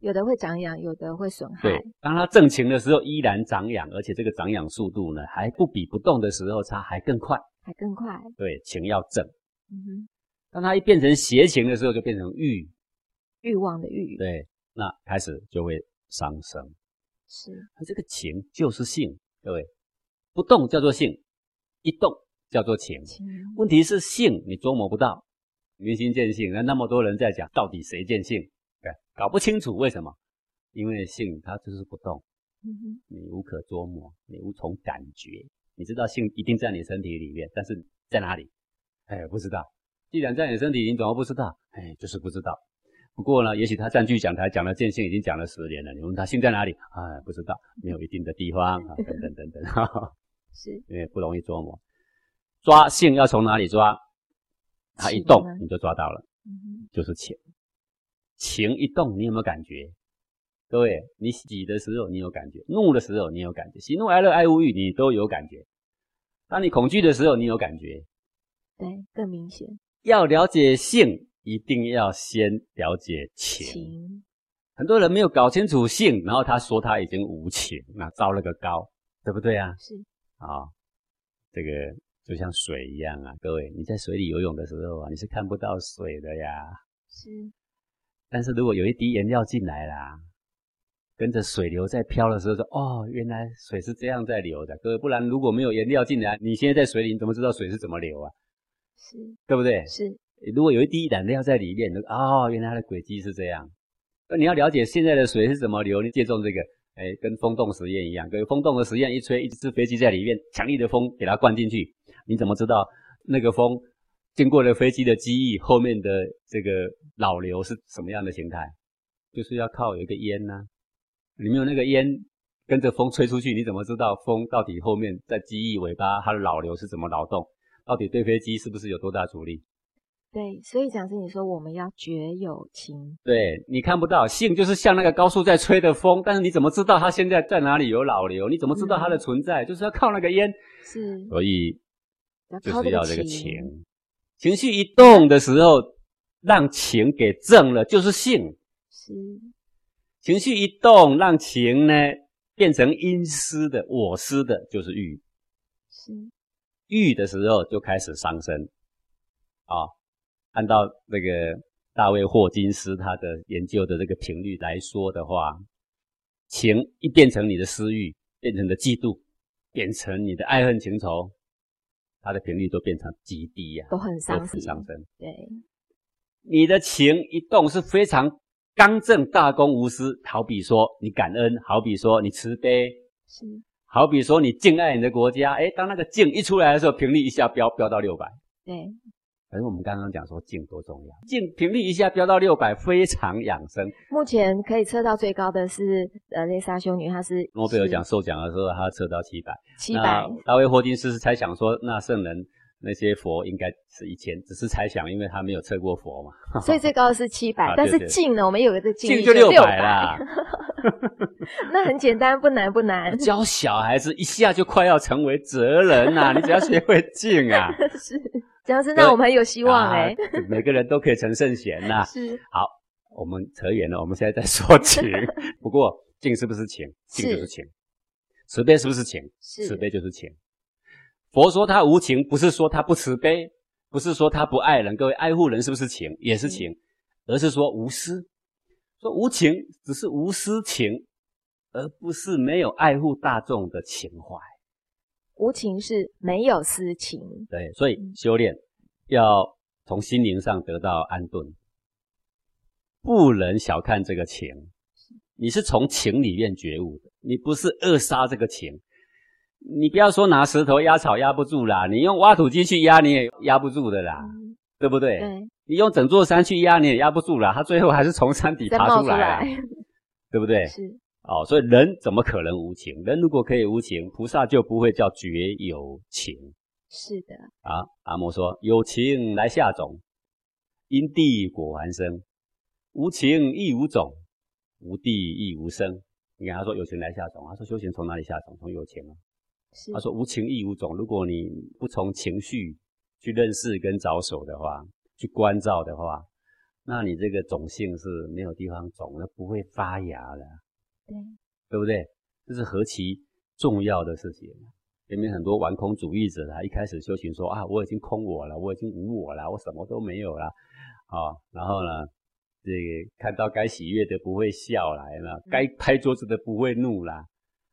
有的会长痒，有的会损害对，，当它正情的时候依然长痒，而且这个长痒速度呢，还不比不动的时候差，还更快。还更快。对，情要正。嗯哼，当它一变成邪情的时候，就变成欲，欲望的欲对，那开始就会伤身。是那这个情就是性，各位，不动叫做性，一动叫做情。情，问题是性你捉摸不到，明心见性，那那么多人在讲，到底谁见性？对，搞不清楚为什么？因为性它就是不动，嗯哼，你无可捉摸，你无从感觉。你知道性一定在你身体里面，但是在哪里？哎，不知道。既然在你身体，你怎么不知道？哎，就是不知道。不过呢，也许他占据讲台讲了见性已经讲了十年了，你问他性在哪里？哎，不知道，没有一定的地方啊，等等等等， 哈哈，是因为不容易捉摸。抓性要从哪里抓？他一情动呢你就抓到了。嗯哼，就是情。情一动，你有没有感觉？各位，你喜的时候你有感觉，怒的时候你有感觉，喜怒哀乐爱无欲你都有感觉。当你恐惧的时候，你有感觉。对，更明显要了解性，一定要先了解情。情，很多人没有搞清楚性，然后他说他已经无情，那糟了个高，对不对啊？是啊、这个就像水一样啊，各位，你在水里游泳的时候啊，你是看不到水的呀。是但是如果有一滴颜料进来啦，跟着水流在飘的时候说，哦，原来水是这样在流的。各位，不然如果没有颜料进来，你现在在水里，你怎么知道水是怎么流啊？是对不对？是，如果有一滴染料在里面，你就哦，原来它的轨迹是这样。那你要了解现在的水是怎么流，你借重这个，哎，跟风洞实验一样。各位，风洞的实验一吹，一只飞机在里面，强力的风给它灌进去，你怎么知道那个风经过了飞机的机翼后面的这个老流是什么样的形态？就是要靠有一个烟呐、你没有那个烟跟着风吹出去，你怎么知道风到底后面在机翼尾巴它的老流是怎么劳动？到底对飞机是不是有多大阻力？对，所以讲是你说我们要绝有情，对你看不到，性就是像那个高速在吹的风，但是你怎么知道它现在在哪里有老流？你怎么知道它嗯的存在？就是要靠那个烟，是所以要呃就靠是这要个这个情情，。情绪一动的时候，让情给正了，就是性。是情绪一动，让情呢变成阴湿的、我湿的，就是欲。是欲的时候就开始伤身啊、按照这个大卫霍金斯他的研究的这个频率来说的话，情一变成你的私欲，变成你的嫉妒，变成你的爱恨情仇，它的频率都变成极低呀、都很都伤很心，上升。对，你的情一动是非常刚正大公无私，好比说你感恩，好比说你慈悲，是好比说你敬爱你的国家，哎，当那个敬一出来的时候，频率一下飙飙到六百。对，可是我们刚刚讲说静多重要，静频率一下飙到六百，非常养生。目前可以测到最高的是呃雷莎修女，她是诺贝尔奖啊授奖的时候，他测到七百，七百，那大卫霍金斯是猜想说，那圣人那些佛应该是一千，只是猜想，因为他没有测过佛嘛。所以最高的是七百啊，但是对对近呢，我们有一个静近就六六百百，啦。，那很简单，不难不难 教小孩子一下就快要成为哲人 啦、你只要学会静啊，是这样是那我们很有希望哎、啊每个人都可以成圣贤 呐、是 我们扯远了，我们现在在说情。不过静是不是情？静就是是情。慈悲是不是情？是慈悲就是情。佛说他无情，不是说他不慈悲，不是说他不爱人。各位，爱护人是不是情？也是情，而是说无私。说无情只是无私情，而不是没有爱护大众的情怀。无情是没有私情，对，所以嗯修炼要从心灵上得到安顿，不能小看这个情。你是从情里面觉悟的，你不是扼杀这个情。你不要说拿石头压草压不住啦，你用挖土机去压你也压不住的啦，嗯对不啊对？对，你用整座山去压你也压不住啦，它最后还是从山底再爬冒出出来啊，来，对不对？是哦，所以人怎么可能无情？人如果可以无情，菩萨就不会叫绝有情。是的，啊，阿摩说：“有情来下种，因地果还生；无情亦无种，无地亦无生。”你看他说有情来下种，他说修行从哪里下种？从有情啊。是他说无情亦无种，如果你不从情绪去认识跟着手的话，去关照的话，那你这个种性是没有地方种，那不会发芽的，对，对不对？这是何其重要的事情。啊前面很多玩空主义者啦，一开始修行说啊，我已经空我了，我已经无我了，我什么都没有了，啊、然后呢，这个看到该喜悦的不会笑啦，有没有该拍桌子的不会怒啦，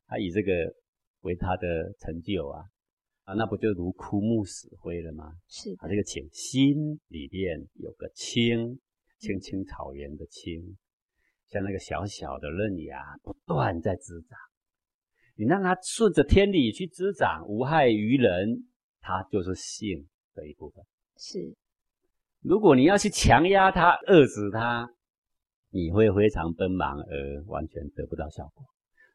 他以这个为他的成就啊，啊，那不就如枯木死灰了吗？是啊，的，这个情心里面有个青，青青草原的青，像那个小小的嫩芽，不断在滋长。你让它顺着天理去滋长，无害于人，它就是性的一部分。是如果你要去强压它、遏制它，你会非常奔忙而完全得不到效果。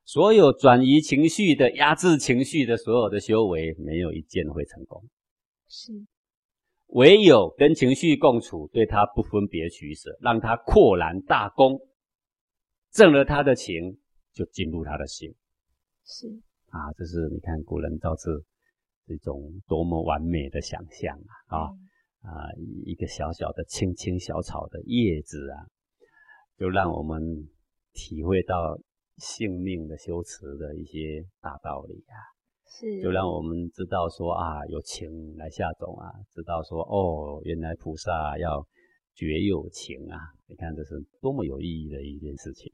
所有转移情绪的、压制情绪的所有的修为，没有一件会成功。是唯有跟情绪共处，对他不分别取舍，让他阔然大公，正了他的情，就进入他的心是啊！这是你看古人造字这种多么完美的想象啊！啊啊，一个小小的青青小草的叶子啊，就让我们体会到性命的修持的一些大道理啊。是，就让我们知道说啊，有情来下种啊，知道说哦，原来菩萨要绝有情啊！你看这是多么有意义的一件事情。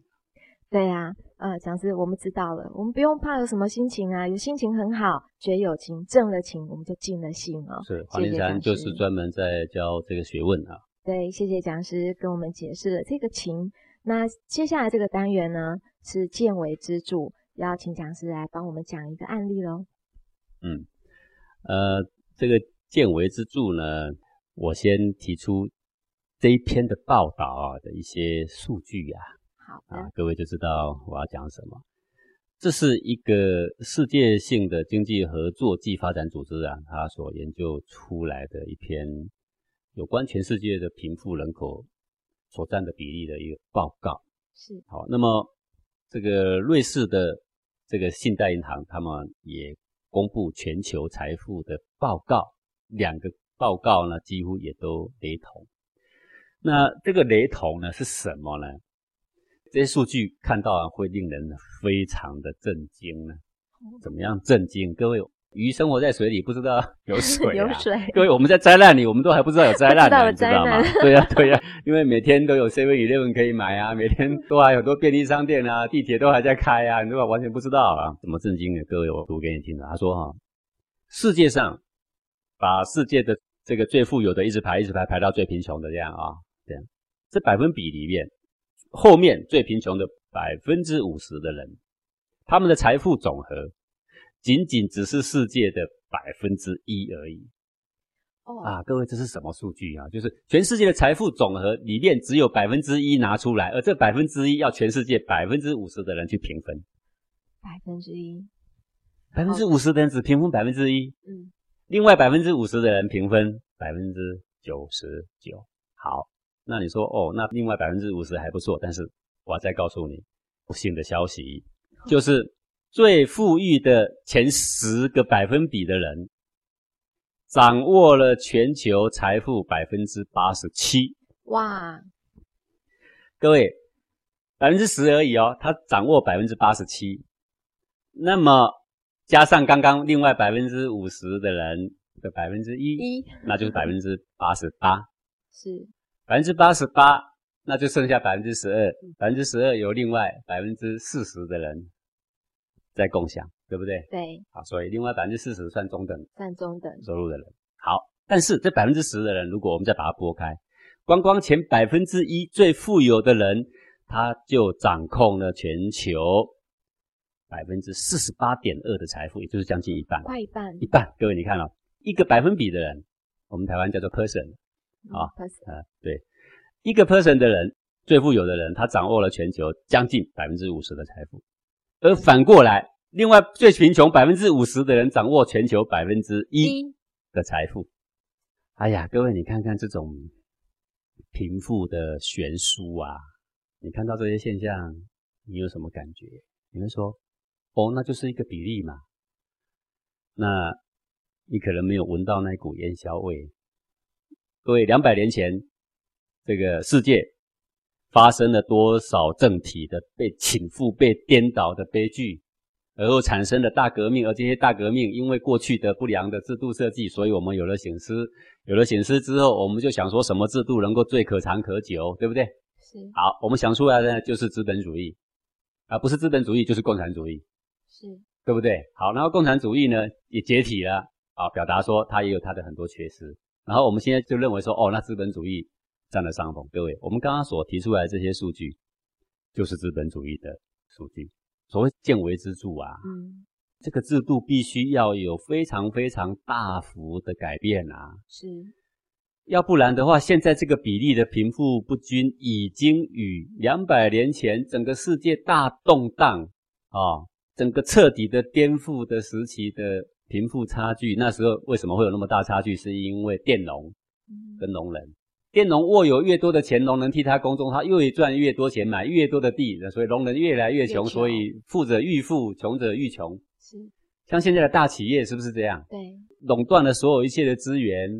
对呀、啊，呃，讲师，我们知道了，我们不用怕有什么心情啊，有心情很好，学有情，正了情，我们就尽了心哦。啊是谢黄谢庭山讲就师是专门在教这个学问啊。对，谢谢讲师跟我们解释了这个情。那接下来这个单元呢是见微知著，要请讲师来帮我们讲一个案例喽。嗯，呃，这个见微知著呢，我先提出这一篇的报道啊的一些数据啊，好的，啊，各位就知道我要讲什么。这是一个世界性的经济合作暨发展组织啊，它所研究出来的一篇有关全世界的贫富人口所占的比例的一个报告。是好，那么这个瑞士的这个信贷银行，他们也公布全球财富的报告，两个报告呢几乎也都雷同。那这个雷同呢是什么呢？这些数据看到啊，会令人非常的震惊呢。怎么样震惊？各位，鱼生活在水里，不知道 有水、啊，有水， 各位，我们在灾难里，我们都还不知道有灾难呢，不你知知道有道 吗灾？对呀、对呀、因为每天都有 Seven Eleven 可以买啊，每天都还有很多便利商店啊，地铁都还在开啊，你都完全不知道啊，怎么震惊的？各位，我读给你听的。他说哈、世界上把世界的这个最富有的一直排一直排排到最贫穷的这样啊，这样这百分比里面，后面最贫穷的百分之五十的人，他们的财富总和仅仅只是世界的百分之一而已。哦，啊，各位，这是什么数据啊？就是全世界的财富总和里面只有百分之一拿出来，而这百分之一要全世界百分之五十的人去平分，百分之一，百分之五十的人只平分百分之一，嗯，另外百分之五十的人平分百分之九十九。好，那你说哦，那另外百分之五十还不错，但是我要再告诉你不幸的消息，就是最富裕的前十个百分比的人，掌握了全球财富百分之八十七。哇，各位，百分之十而已哦，他掌握百分之八十七，那么加上刚刚另外百分之五十的人的百分之一，一那就是百分之八十八。是百分之八十八，那就剩下百分之十二，百分之十二由另外百分之四十的人在共享，对不对？对，啊，所以另外百分之四十算中等算中等，收入的人。好，但是这百分之十的人，如果我们再把它拨开，光光前百分之一最富有的人，他就掌控了全球百分之四十八点二的财富，也就是将近一半。快一半一半，各位你看哦，一个百分比的人，我们台湾叫做 person，啊嗯，percent，啊，对，一个 person 的人，最富有的人，他掌握了全球将近百分之五十的财富，而反过来，另外最贫穷百分之五十的人掌握全球百分之一一的财富。哎呀，各位你看看这种贫富的悬殊啊，你看到这些现象，你有什么感觉？你会说，哦，那就是一个比例嘛。那你可能没有闻到那股烟硝味。各位，两百年前，这个世界发生了多少政体的被倾覆、被颠倒的悲剧，而后产生了大革命。而这些大革命，因为过去的不良的制度设计，所以我们有了醒思。有了醒思之后，我们就想说什么制度能够最可长可久，对不对？是好，我们想出来的就是资本主义，啊，不是资本主义就是共产主义。是对不对？好，然后共产主义呢也解体了，啊，表达说它也有它的很多缺失。然后我们现在就认为说，哦，那资本主义占了上风。各位，我们刚刚所提出来的这些数据，就是资本主义的数据。所谓见微知著啊，嗯这个制度必须要有非常非常大幅的改变啊，是要不然的话，现在这个比例的贫富不均已经与两百年前整个世界大动荡啊、整个彻底的颠覆的时期的贫富差距，那时候为什么会有那么大差距？是因为佃农嗯跟农人，佃农握有越多的钱，农人替他耕种，他越赚越多钱，买越多的地，所以农人越来越穷，越穷所以富者愈富，穷者愈穷。是，像现在的大企业是不是这样？对垄断了所有一切的资源，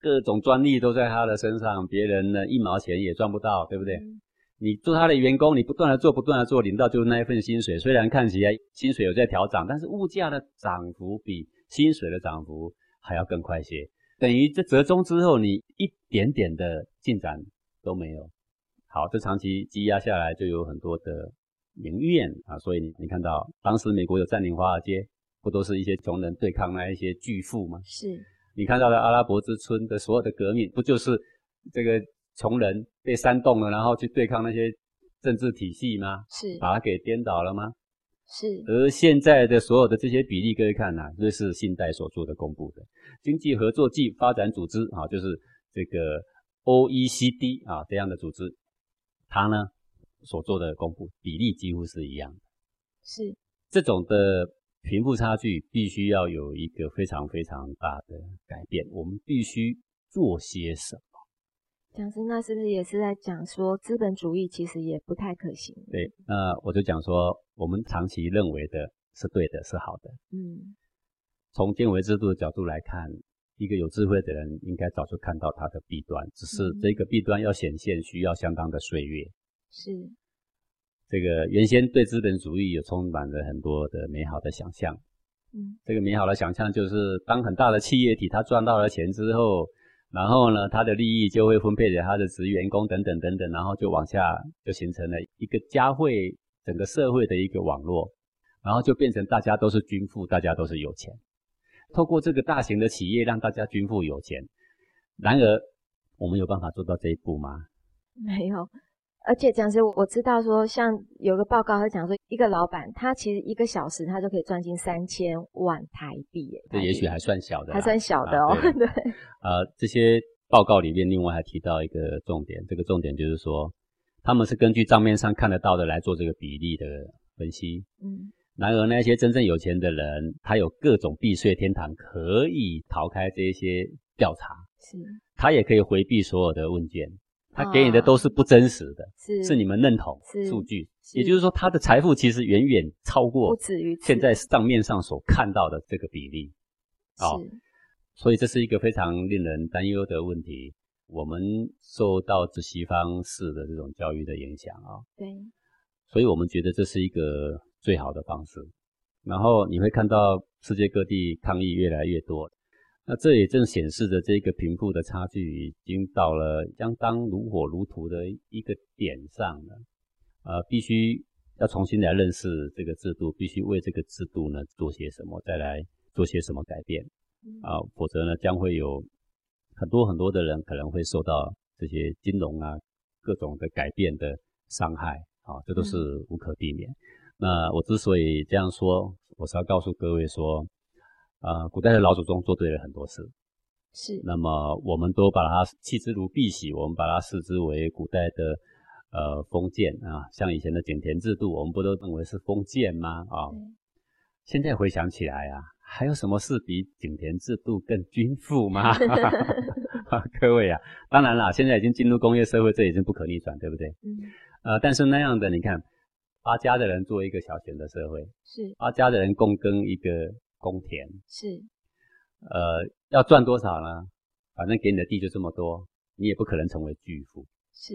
各种专利都在他的身上，别人呢一毛钱也赚不到，对不对？嗯你做他的员工，你不断的做，不断的做，领到就是那一份薪水。虽然看起来薪水有在调涨，但是物价的涨幅比薪水的涨幅还要更快些。等于这折中之后，你一点点的进展都没有。好，这长期积压下来，就有很多的民怨啊。所以你你看到，当时美国有占领华尔街，不都是一些穷人对抗那一些巨富吗？是你看到了阿拉伯之春的所有的革命，不就是这个穷人被煽动了，然后去对抗那些政治体系吗？是把它给颠倒了吗？是而现在的所有的这些比例，各位看呐、啊这是信贷所做的公布的经济合作暨发展组织啊，就是这个 OECD 啊这样的组织，它呢所做的公布比例几乎是一样的。是这种的贫富差距必须要有一个非常非常大的改变，我们必须做些什么？讲师那是不是也是在讲说资本主义其实也不太可行？对，那我就讲说，我们长期认为的是对的，是好的。嗯从经维制度的角度来看，一个有智慧的人应该早就看到它的弊端，只是嗯这个弊端要显现需要相当的岁月。是这个原先对资本主义有充满了很多的美好的想象。嗯这个美好的想象就是，当很大的企业体它赚到了钱之后，然后呢，它的利益就会分配给它的职员工等等等等，然后就往下就形成了一个家会整个社会的一个网络，然后就变成大家都是均富，大家都是有钱。透过这个大型的企业让大家均富有钱，然而我们有办法做到这一步吗？没有。而且讲师，我知道说，像有个报告，他讲说，一个老板他其实一个小时他就可以赚进三千万台币耶，这台也币许还算小的哎啦，还算小的哦啊，对对，呃，这些报告里面，另外还提到一个重点，这个重点就是说，他们是根据账面上看得到的来做这个比例的分析。嗯然而，那些真正有钱的人，他有各种避税天堂，可以逃开这些调查，是他也可以回避所有的问卷，他给你的都是不真实的，是是你们认同是数据，是也就是说，他的财富其实远远超不过止于此现在账面上所看到的这个比例。哦是所以这是一个非常令人担忧的问题。我们受到这西方式的这种教育的影响啊、对所以我们觉得这是一个最好的方式。然后你会看到世界各地抗议越来越多。那这也正显示着这个贫富的差距已经到了相当如火如荼的一个点上了。呃，必须要重新来认识这个制度，必须为这个制度呢做些什么，再来做些什么改变嗯啊、否则呢将会有很多很多的人可能会受到这些金融啊各种的改变的伤害啊、这都是无可避免。那我之所以这样说，我是要告诉各位说，啊、古代的老祖宗做对了很多事，是那么我们都把它弃之如敝屣，我们把它视之为古代的呃封建啊，像以前的井田制度，我们不都认为是封建吗？啊、对现在回想起来啊，还有什么事比井田制度更均富吗？ 各位啊，当然啦，现在已经进入工业社会，这已经不可逆转，对不对？嗯呃，但是那样的，你看，八家的人做一个小型的社会，是八家的人共耕一个公田，是呃，要赚多少呢？反正给你的地就这么多，你也不可能成为巨富。是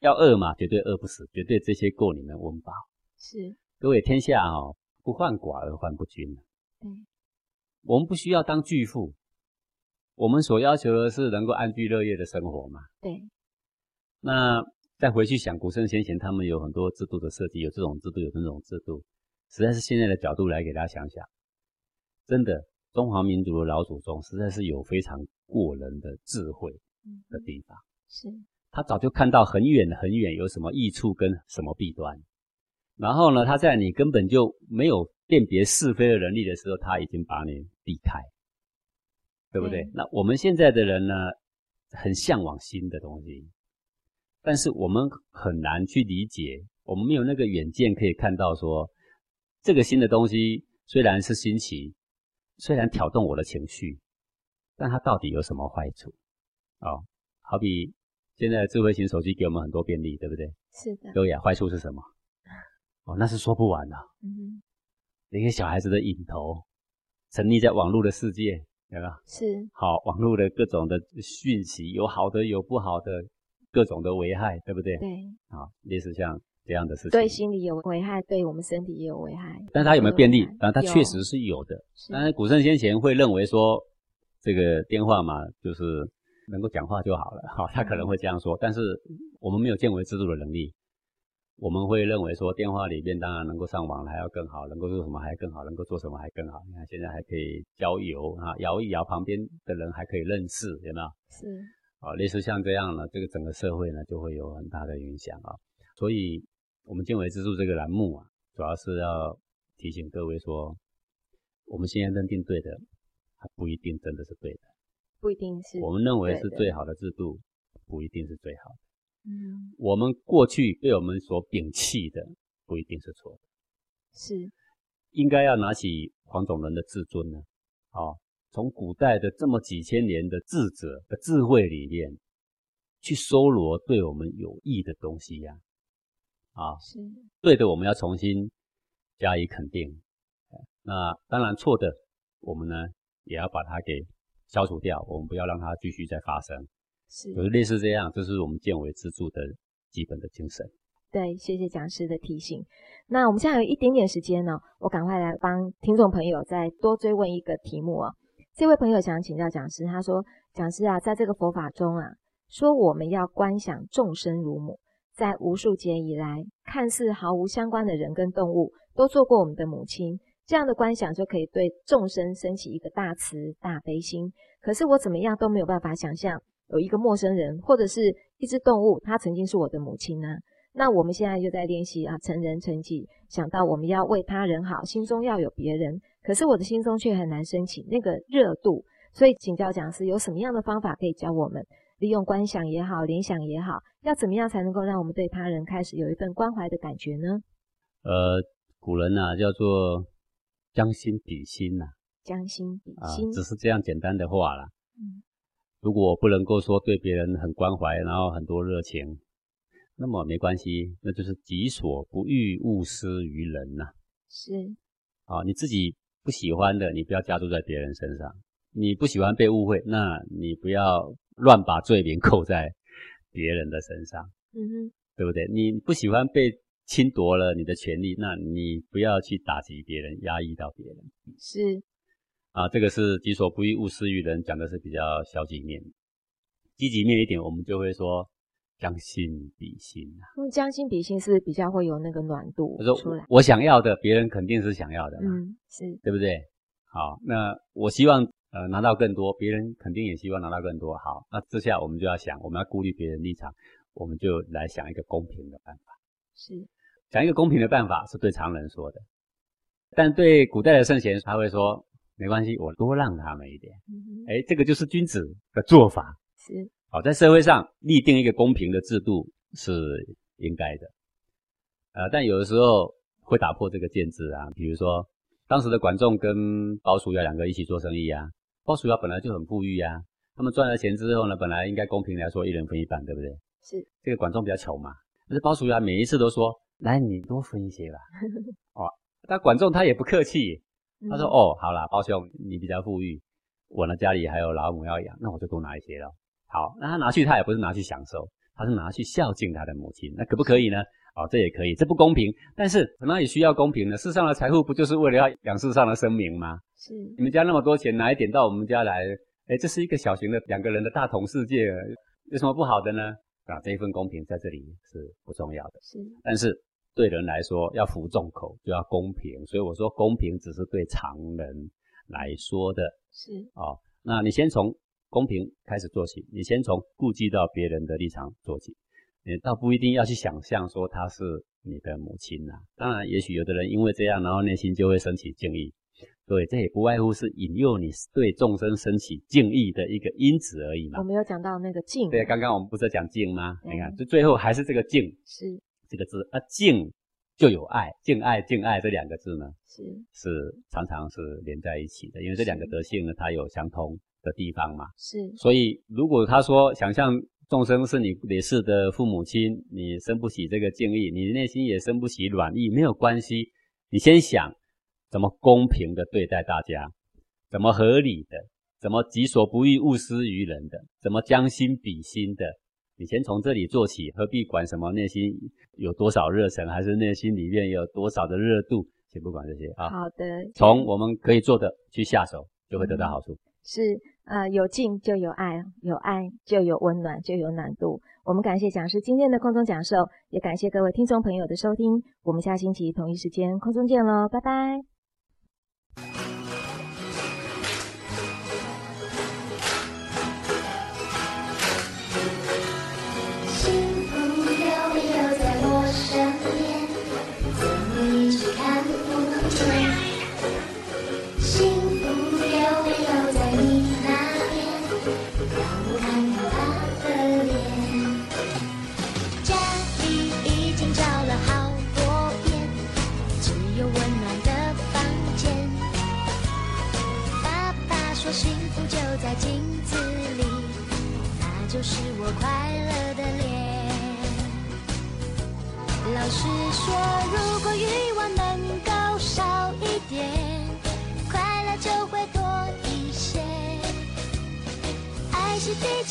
要饿嘛，绝对饿不死，绝对这些够你们温饱。是，各位，天下哦，不患寡而患不均。啊对，我们不需要当巨富，我们所要求的是能够安居乐业的生活嘛。对那再回去想，古圣先贤他们有很多制度的设计，有这种制度，有那种制度，实在是现在的角度来给大家想想，真的，中华民族的老祖宗实在是有非常过人的智慧嗯的地方。是他早就看到很远很远有什么益处跟什么弊端，然后呢，他在你根本就没有辨别是非的能力的时候，他已经把你避开，对不对？对那我们现在的人呢，很向往新的东西，但是我们很难去理解，我们没有那个远见可以看到说，这个新的东西虽然是新奇，虽然挑动我的情绪，但它到底有什么坏处？哦，好比现在智慧型手机给我们很多便利，对不对？是的，优雅坏处是什么？哦，那是说不完的、嗯哼那些小孩子的瘾头，沉溺在网络的世界，有没有？是好，网络的各种的讯息，有好的，有不好的，各种的危害，对不对？对啊，类似像这样的事情。对心理有危害，对我们身体也有危害。但它有没有便利？啊，它确实有是有的。是但是古圣先贤会认为说，这个电话嘛，就是能够讲话就好了，哈、他可能会这样说。但是我们没有见微知著的能力，我们会认为说，电话里面当然能够上网还要更好，能够做什么还更好，能够做什么还更好。你看现在还可以郊游啊，摇一摇旁边的人还可以认识，有没有？是啊，类似像这样呢，这个整个社会呢就会有很大的影响啊。所以，我们“见微知著”这个栏目啊，主要是要提醒各位说，我们现在认定对的，它不一定真的是对的。不一定是我们认为对是的最好的制度，不一定是最好的。嗯我们过去被我们所摒弃的，不一定是错的。是应该要拿起黄种人的自尊呢？哦，从古代的这么几千年的智者的智慧里面，去搜罗对我们有益的东西呀、啊，是对的，我们要重新加以肯定。哎那当然错的，我们呢也要把它给消除掉，我们不要让它继续再发生。是有类似这样，这是我们见微知著的基本的精神。对，谢谢讲师的提醒。那我们现在有一点点时间呢、我赶快来帮听众朋友再多追问一个题目哦。这位朋友想请教讲师，他说：“讲师啊，在这个佛法中啊，说我们要观想众生如母，在无数劫以来，看似毫无相关的人跟动物，都做过我们的母亲。这样的观想就可以对众生升起一个大慈大悲心。可是我怎么样都没有办法想象，有一个陌生人或者是一只动物，它曾经是我的母亲呢、那我们现在就在练习啊，成人成己，想到我们要为他人好，心中要有别人，可是我的心中却很难升起那个热度。所以，请教讲师有什么样的方法可以教我们，利用观想也好，联想也好，要怎么样才能够让我们对他人开始有一份关怀的感觉呢？呃，古人呐、叫做将心比心呐、将心比啊心，，只是这样简单的话啦。嗯如果我不能够说对别人很关怀，然后很多热情，那么没关系，那就是己所不欲，勿施于人呐、是啊。你自己不喜欢的，你不要加注在别人身上。你不喜欢被误会，那你不要乱把罪名扣在别人的身上，嗯哼，对不对？你不喜欢被侵夺了你的权利，那你不要去打击别人，压抑到别人是啊。这个是己所不欲，勿施于人，讲的是比较消极面。积极面一点，我们就会说将心比心啊。因为嗯将心比心是比较会有那个暖度他说出来。我想要的，别人肯定是想要的嘛，嗯，是对不对？好，那我希望呃拿到更多，别人肯定也希望拿到更多。好，那这下我们就要想，我们要顾虑别人立场，我们就来想一个公平的办法。是想一个公平的办法是对常人说的，但对古代的圣贤，他会说没关系，我多让他们一点。嗯哼哎，这个就是君子的做法。是好，在社会上立定一个公平的制度是应该的，呃，但有的时候会打破这个建制啊，比如说当时的管仲跟鲍叔牙两个一起做生意啊，鲍叔牙本来就很富裕啊，他们赚了钱之后呢，本来应该公平来说一人分一半，对不对？是这个管仲比较穷嘛，但是鲍叔牙每一次都说：“来，你多分一些吧。”哦，但管仲他也不客气，他说：“嗯哦，好啦，鲍兄，你比较富裕，我呢家里还有老母要养，那我就多拿一些咯。好，那他拿去他也不是拿去享受，他是拿去孝敬他的母亲，那可不可以呢？哦，这也可以，这不公平，但是哪里需要公平呢？世上的财富不就是为了要养世上的生命吗？是你们家那么多钱，哪一点到我们家来？哎，这是一个小型的两个人的大同世界，有什么不好的呢？啊，这一份公平在这里是不重要的，是但是对人来说要服众口就要公平，所以我说公平只是对常人来说的是哦。那你先从公平开始做起，你先从顾及到别人的立场做起，你倒不一定要去想象说她是你的母亲呐、当然，也许有的人因为这样，然后内心就会升起敬意。对，这也不外乎是引诱你对众生升起敬意的一个因子而已嘛我。们有讲到那个静，对，刚刚我们不是在讲敬吗？嗯你看，就最后还是这个敬是这个字，啊，敬就有爱，敬爱敬爱这两个字呢，是是常常是连在一起的，因为这两个德性呢，它有相通的地方嘛。是所以，如果他说想象众生是你累世的父母亲，你生不起这个敬意，你内心也生不起软意，没有关系，你先想怎么公平的对待大家，怎么合理的，怎么己所不欲，勿施于人的，怎么将心比心的。你先从这里做起，何必管什么内心有多少热忱，还是内心里面有多少的热度，先不管这些啊。好的，从我们可以做的去下手，就会得到好处。是呃，有静就有爱，有爱就有温暖，就有暖度。我们感谢讲师今天的空中讲授，也感谢各位听众朋友的收听。我们下星期同一时间空中见喽，拜拜。幸福悠悠在我身边，怎么一直看不见？幸福悠悠在你那边，让我看到他的脸。家里已经找了好多遍，只有温暖的房间。爸爸说幸福就在镜子里。那就是我快乐的脸。老师说，如果欲望能够少一点，快乐就会多一些。爱是地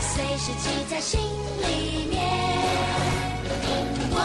随时记在心里面。我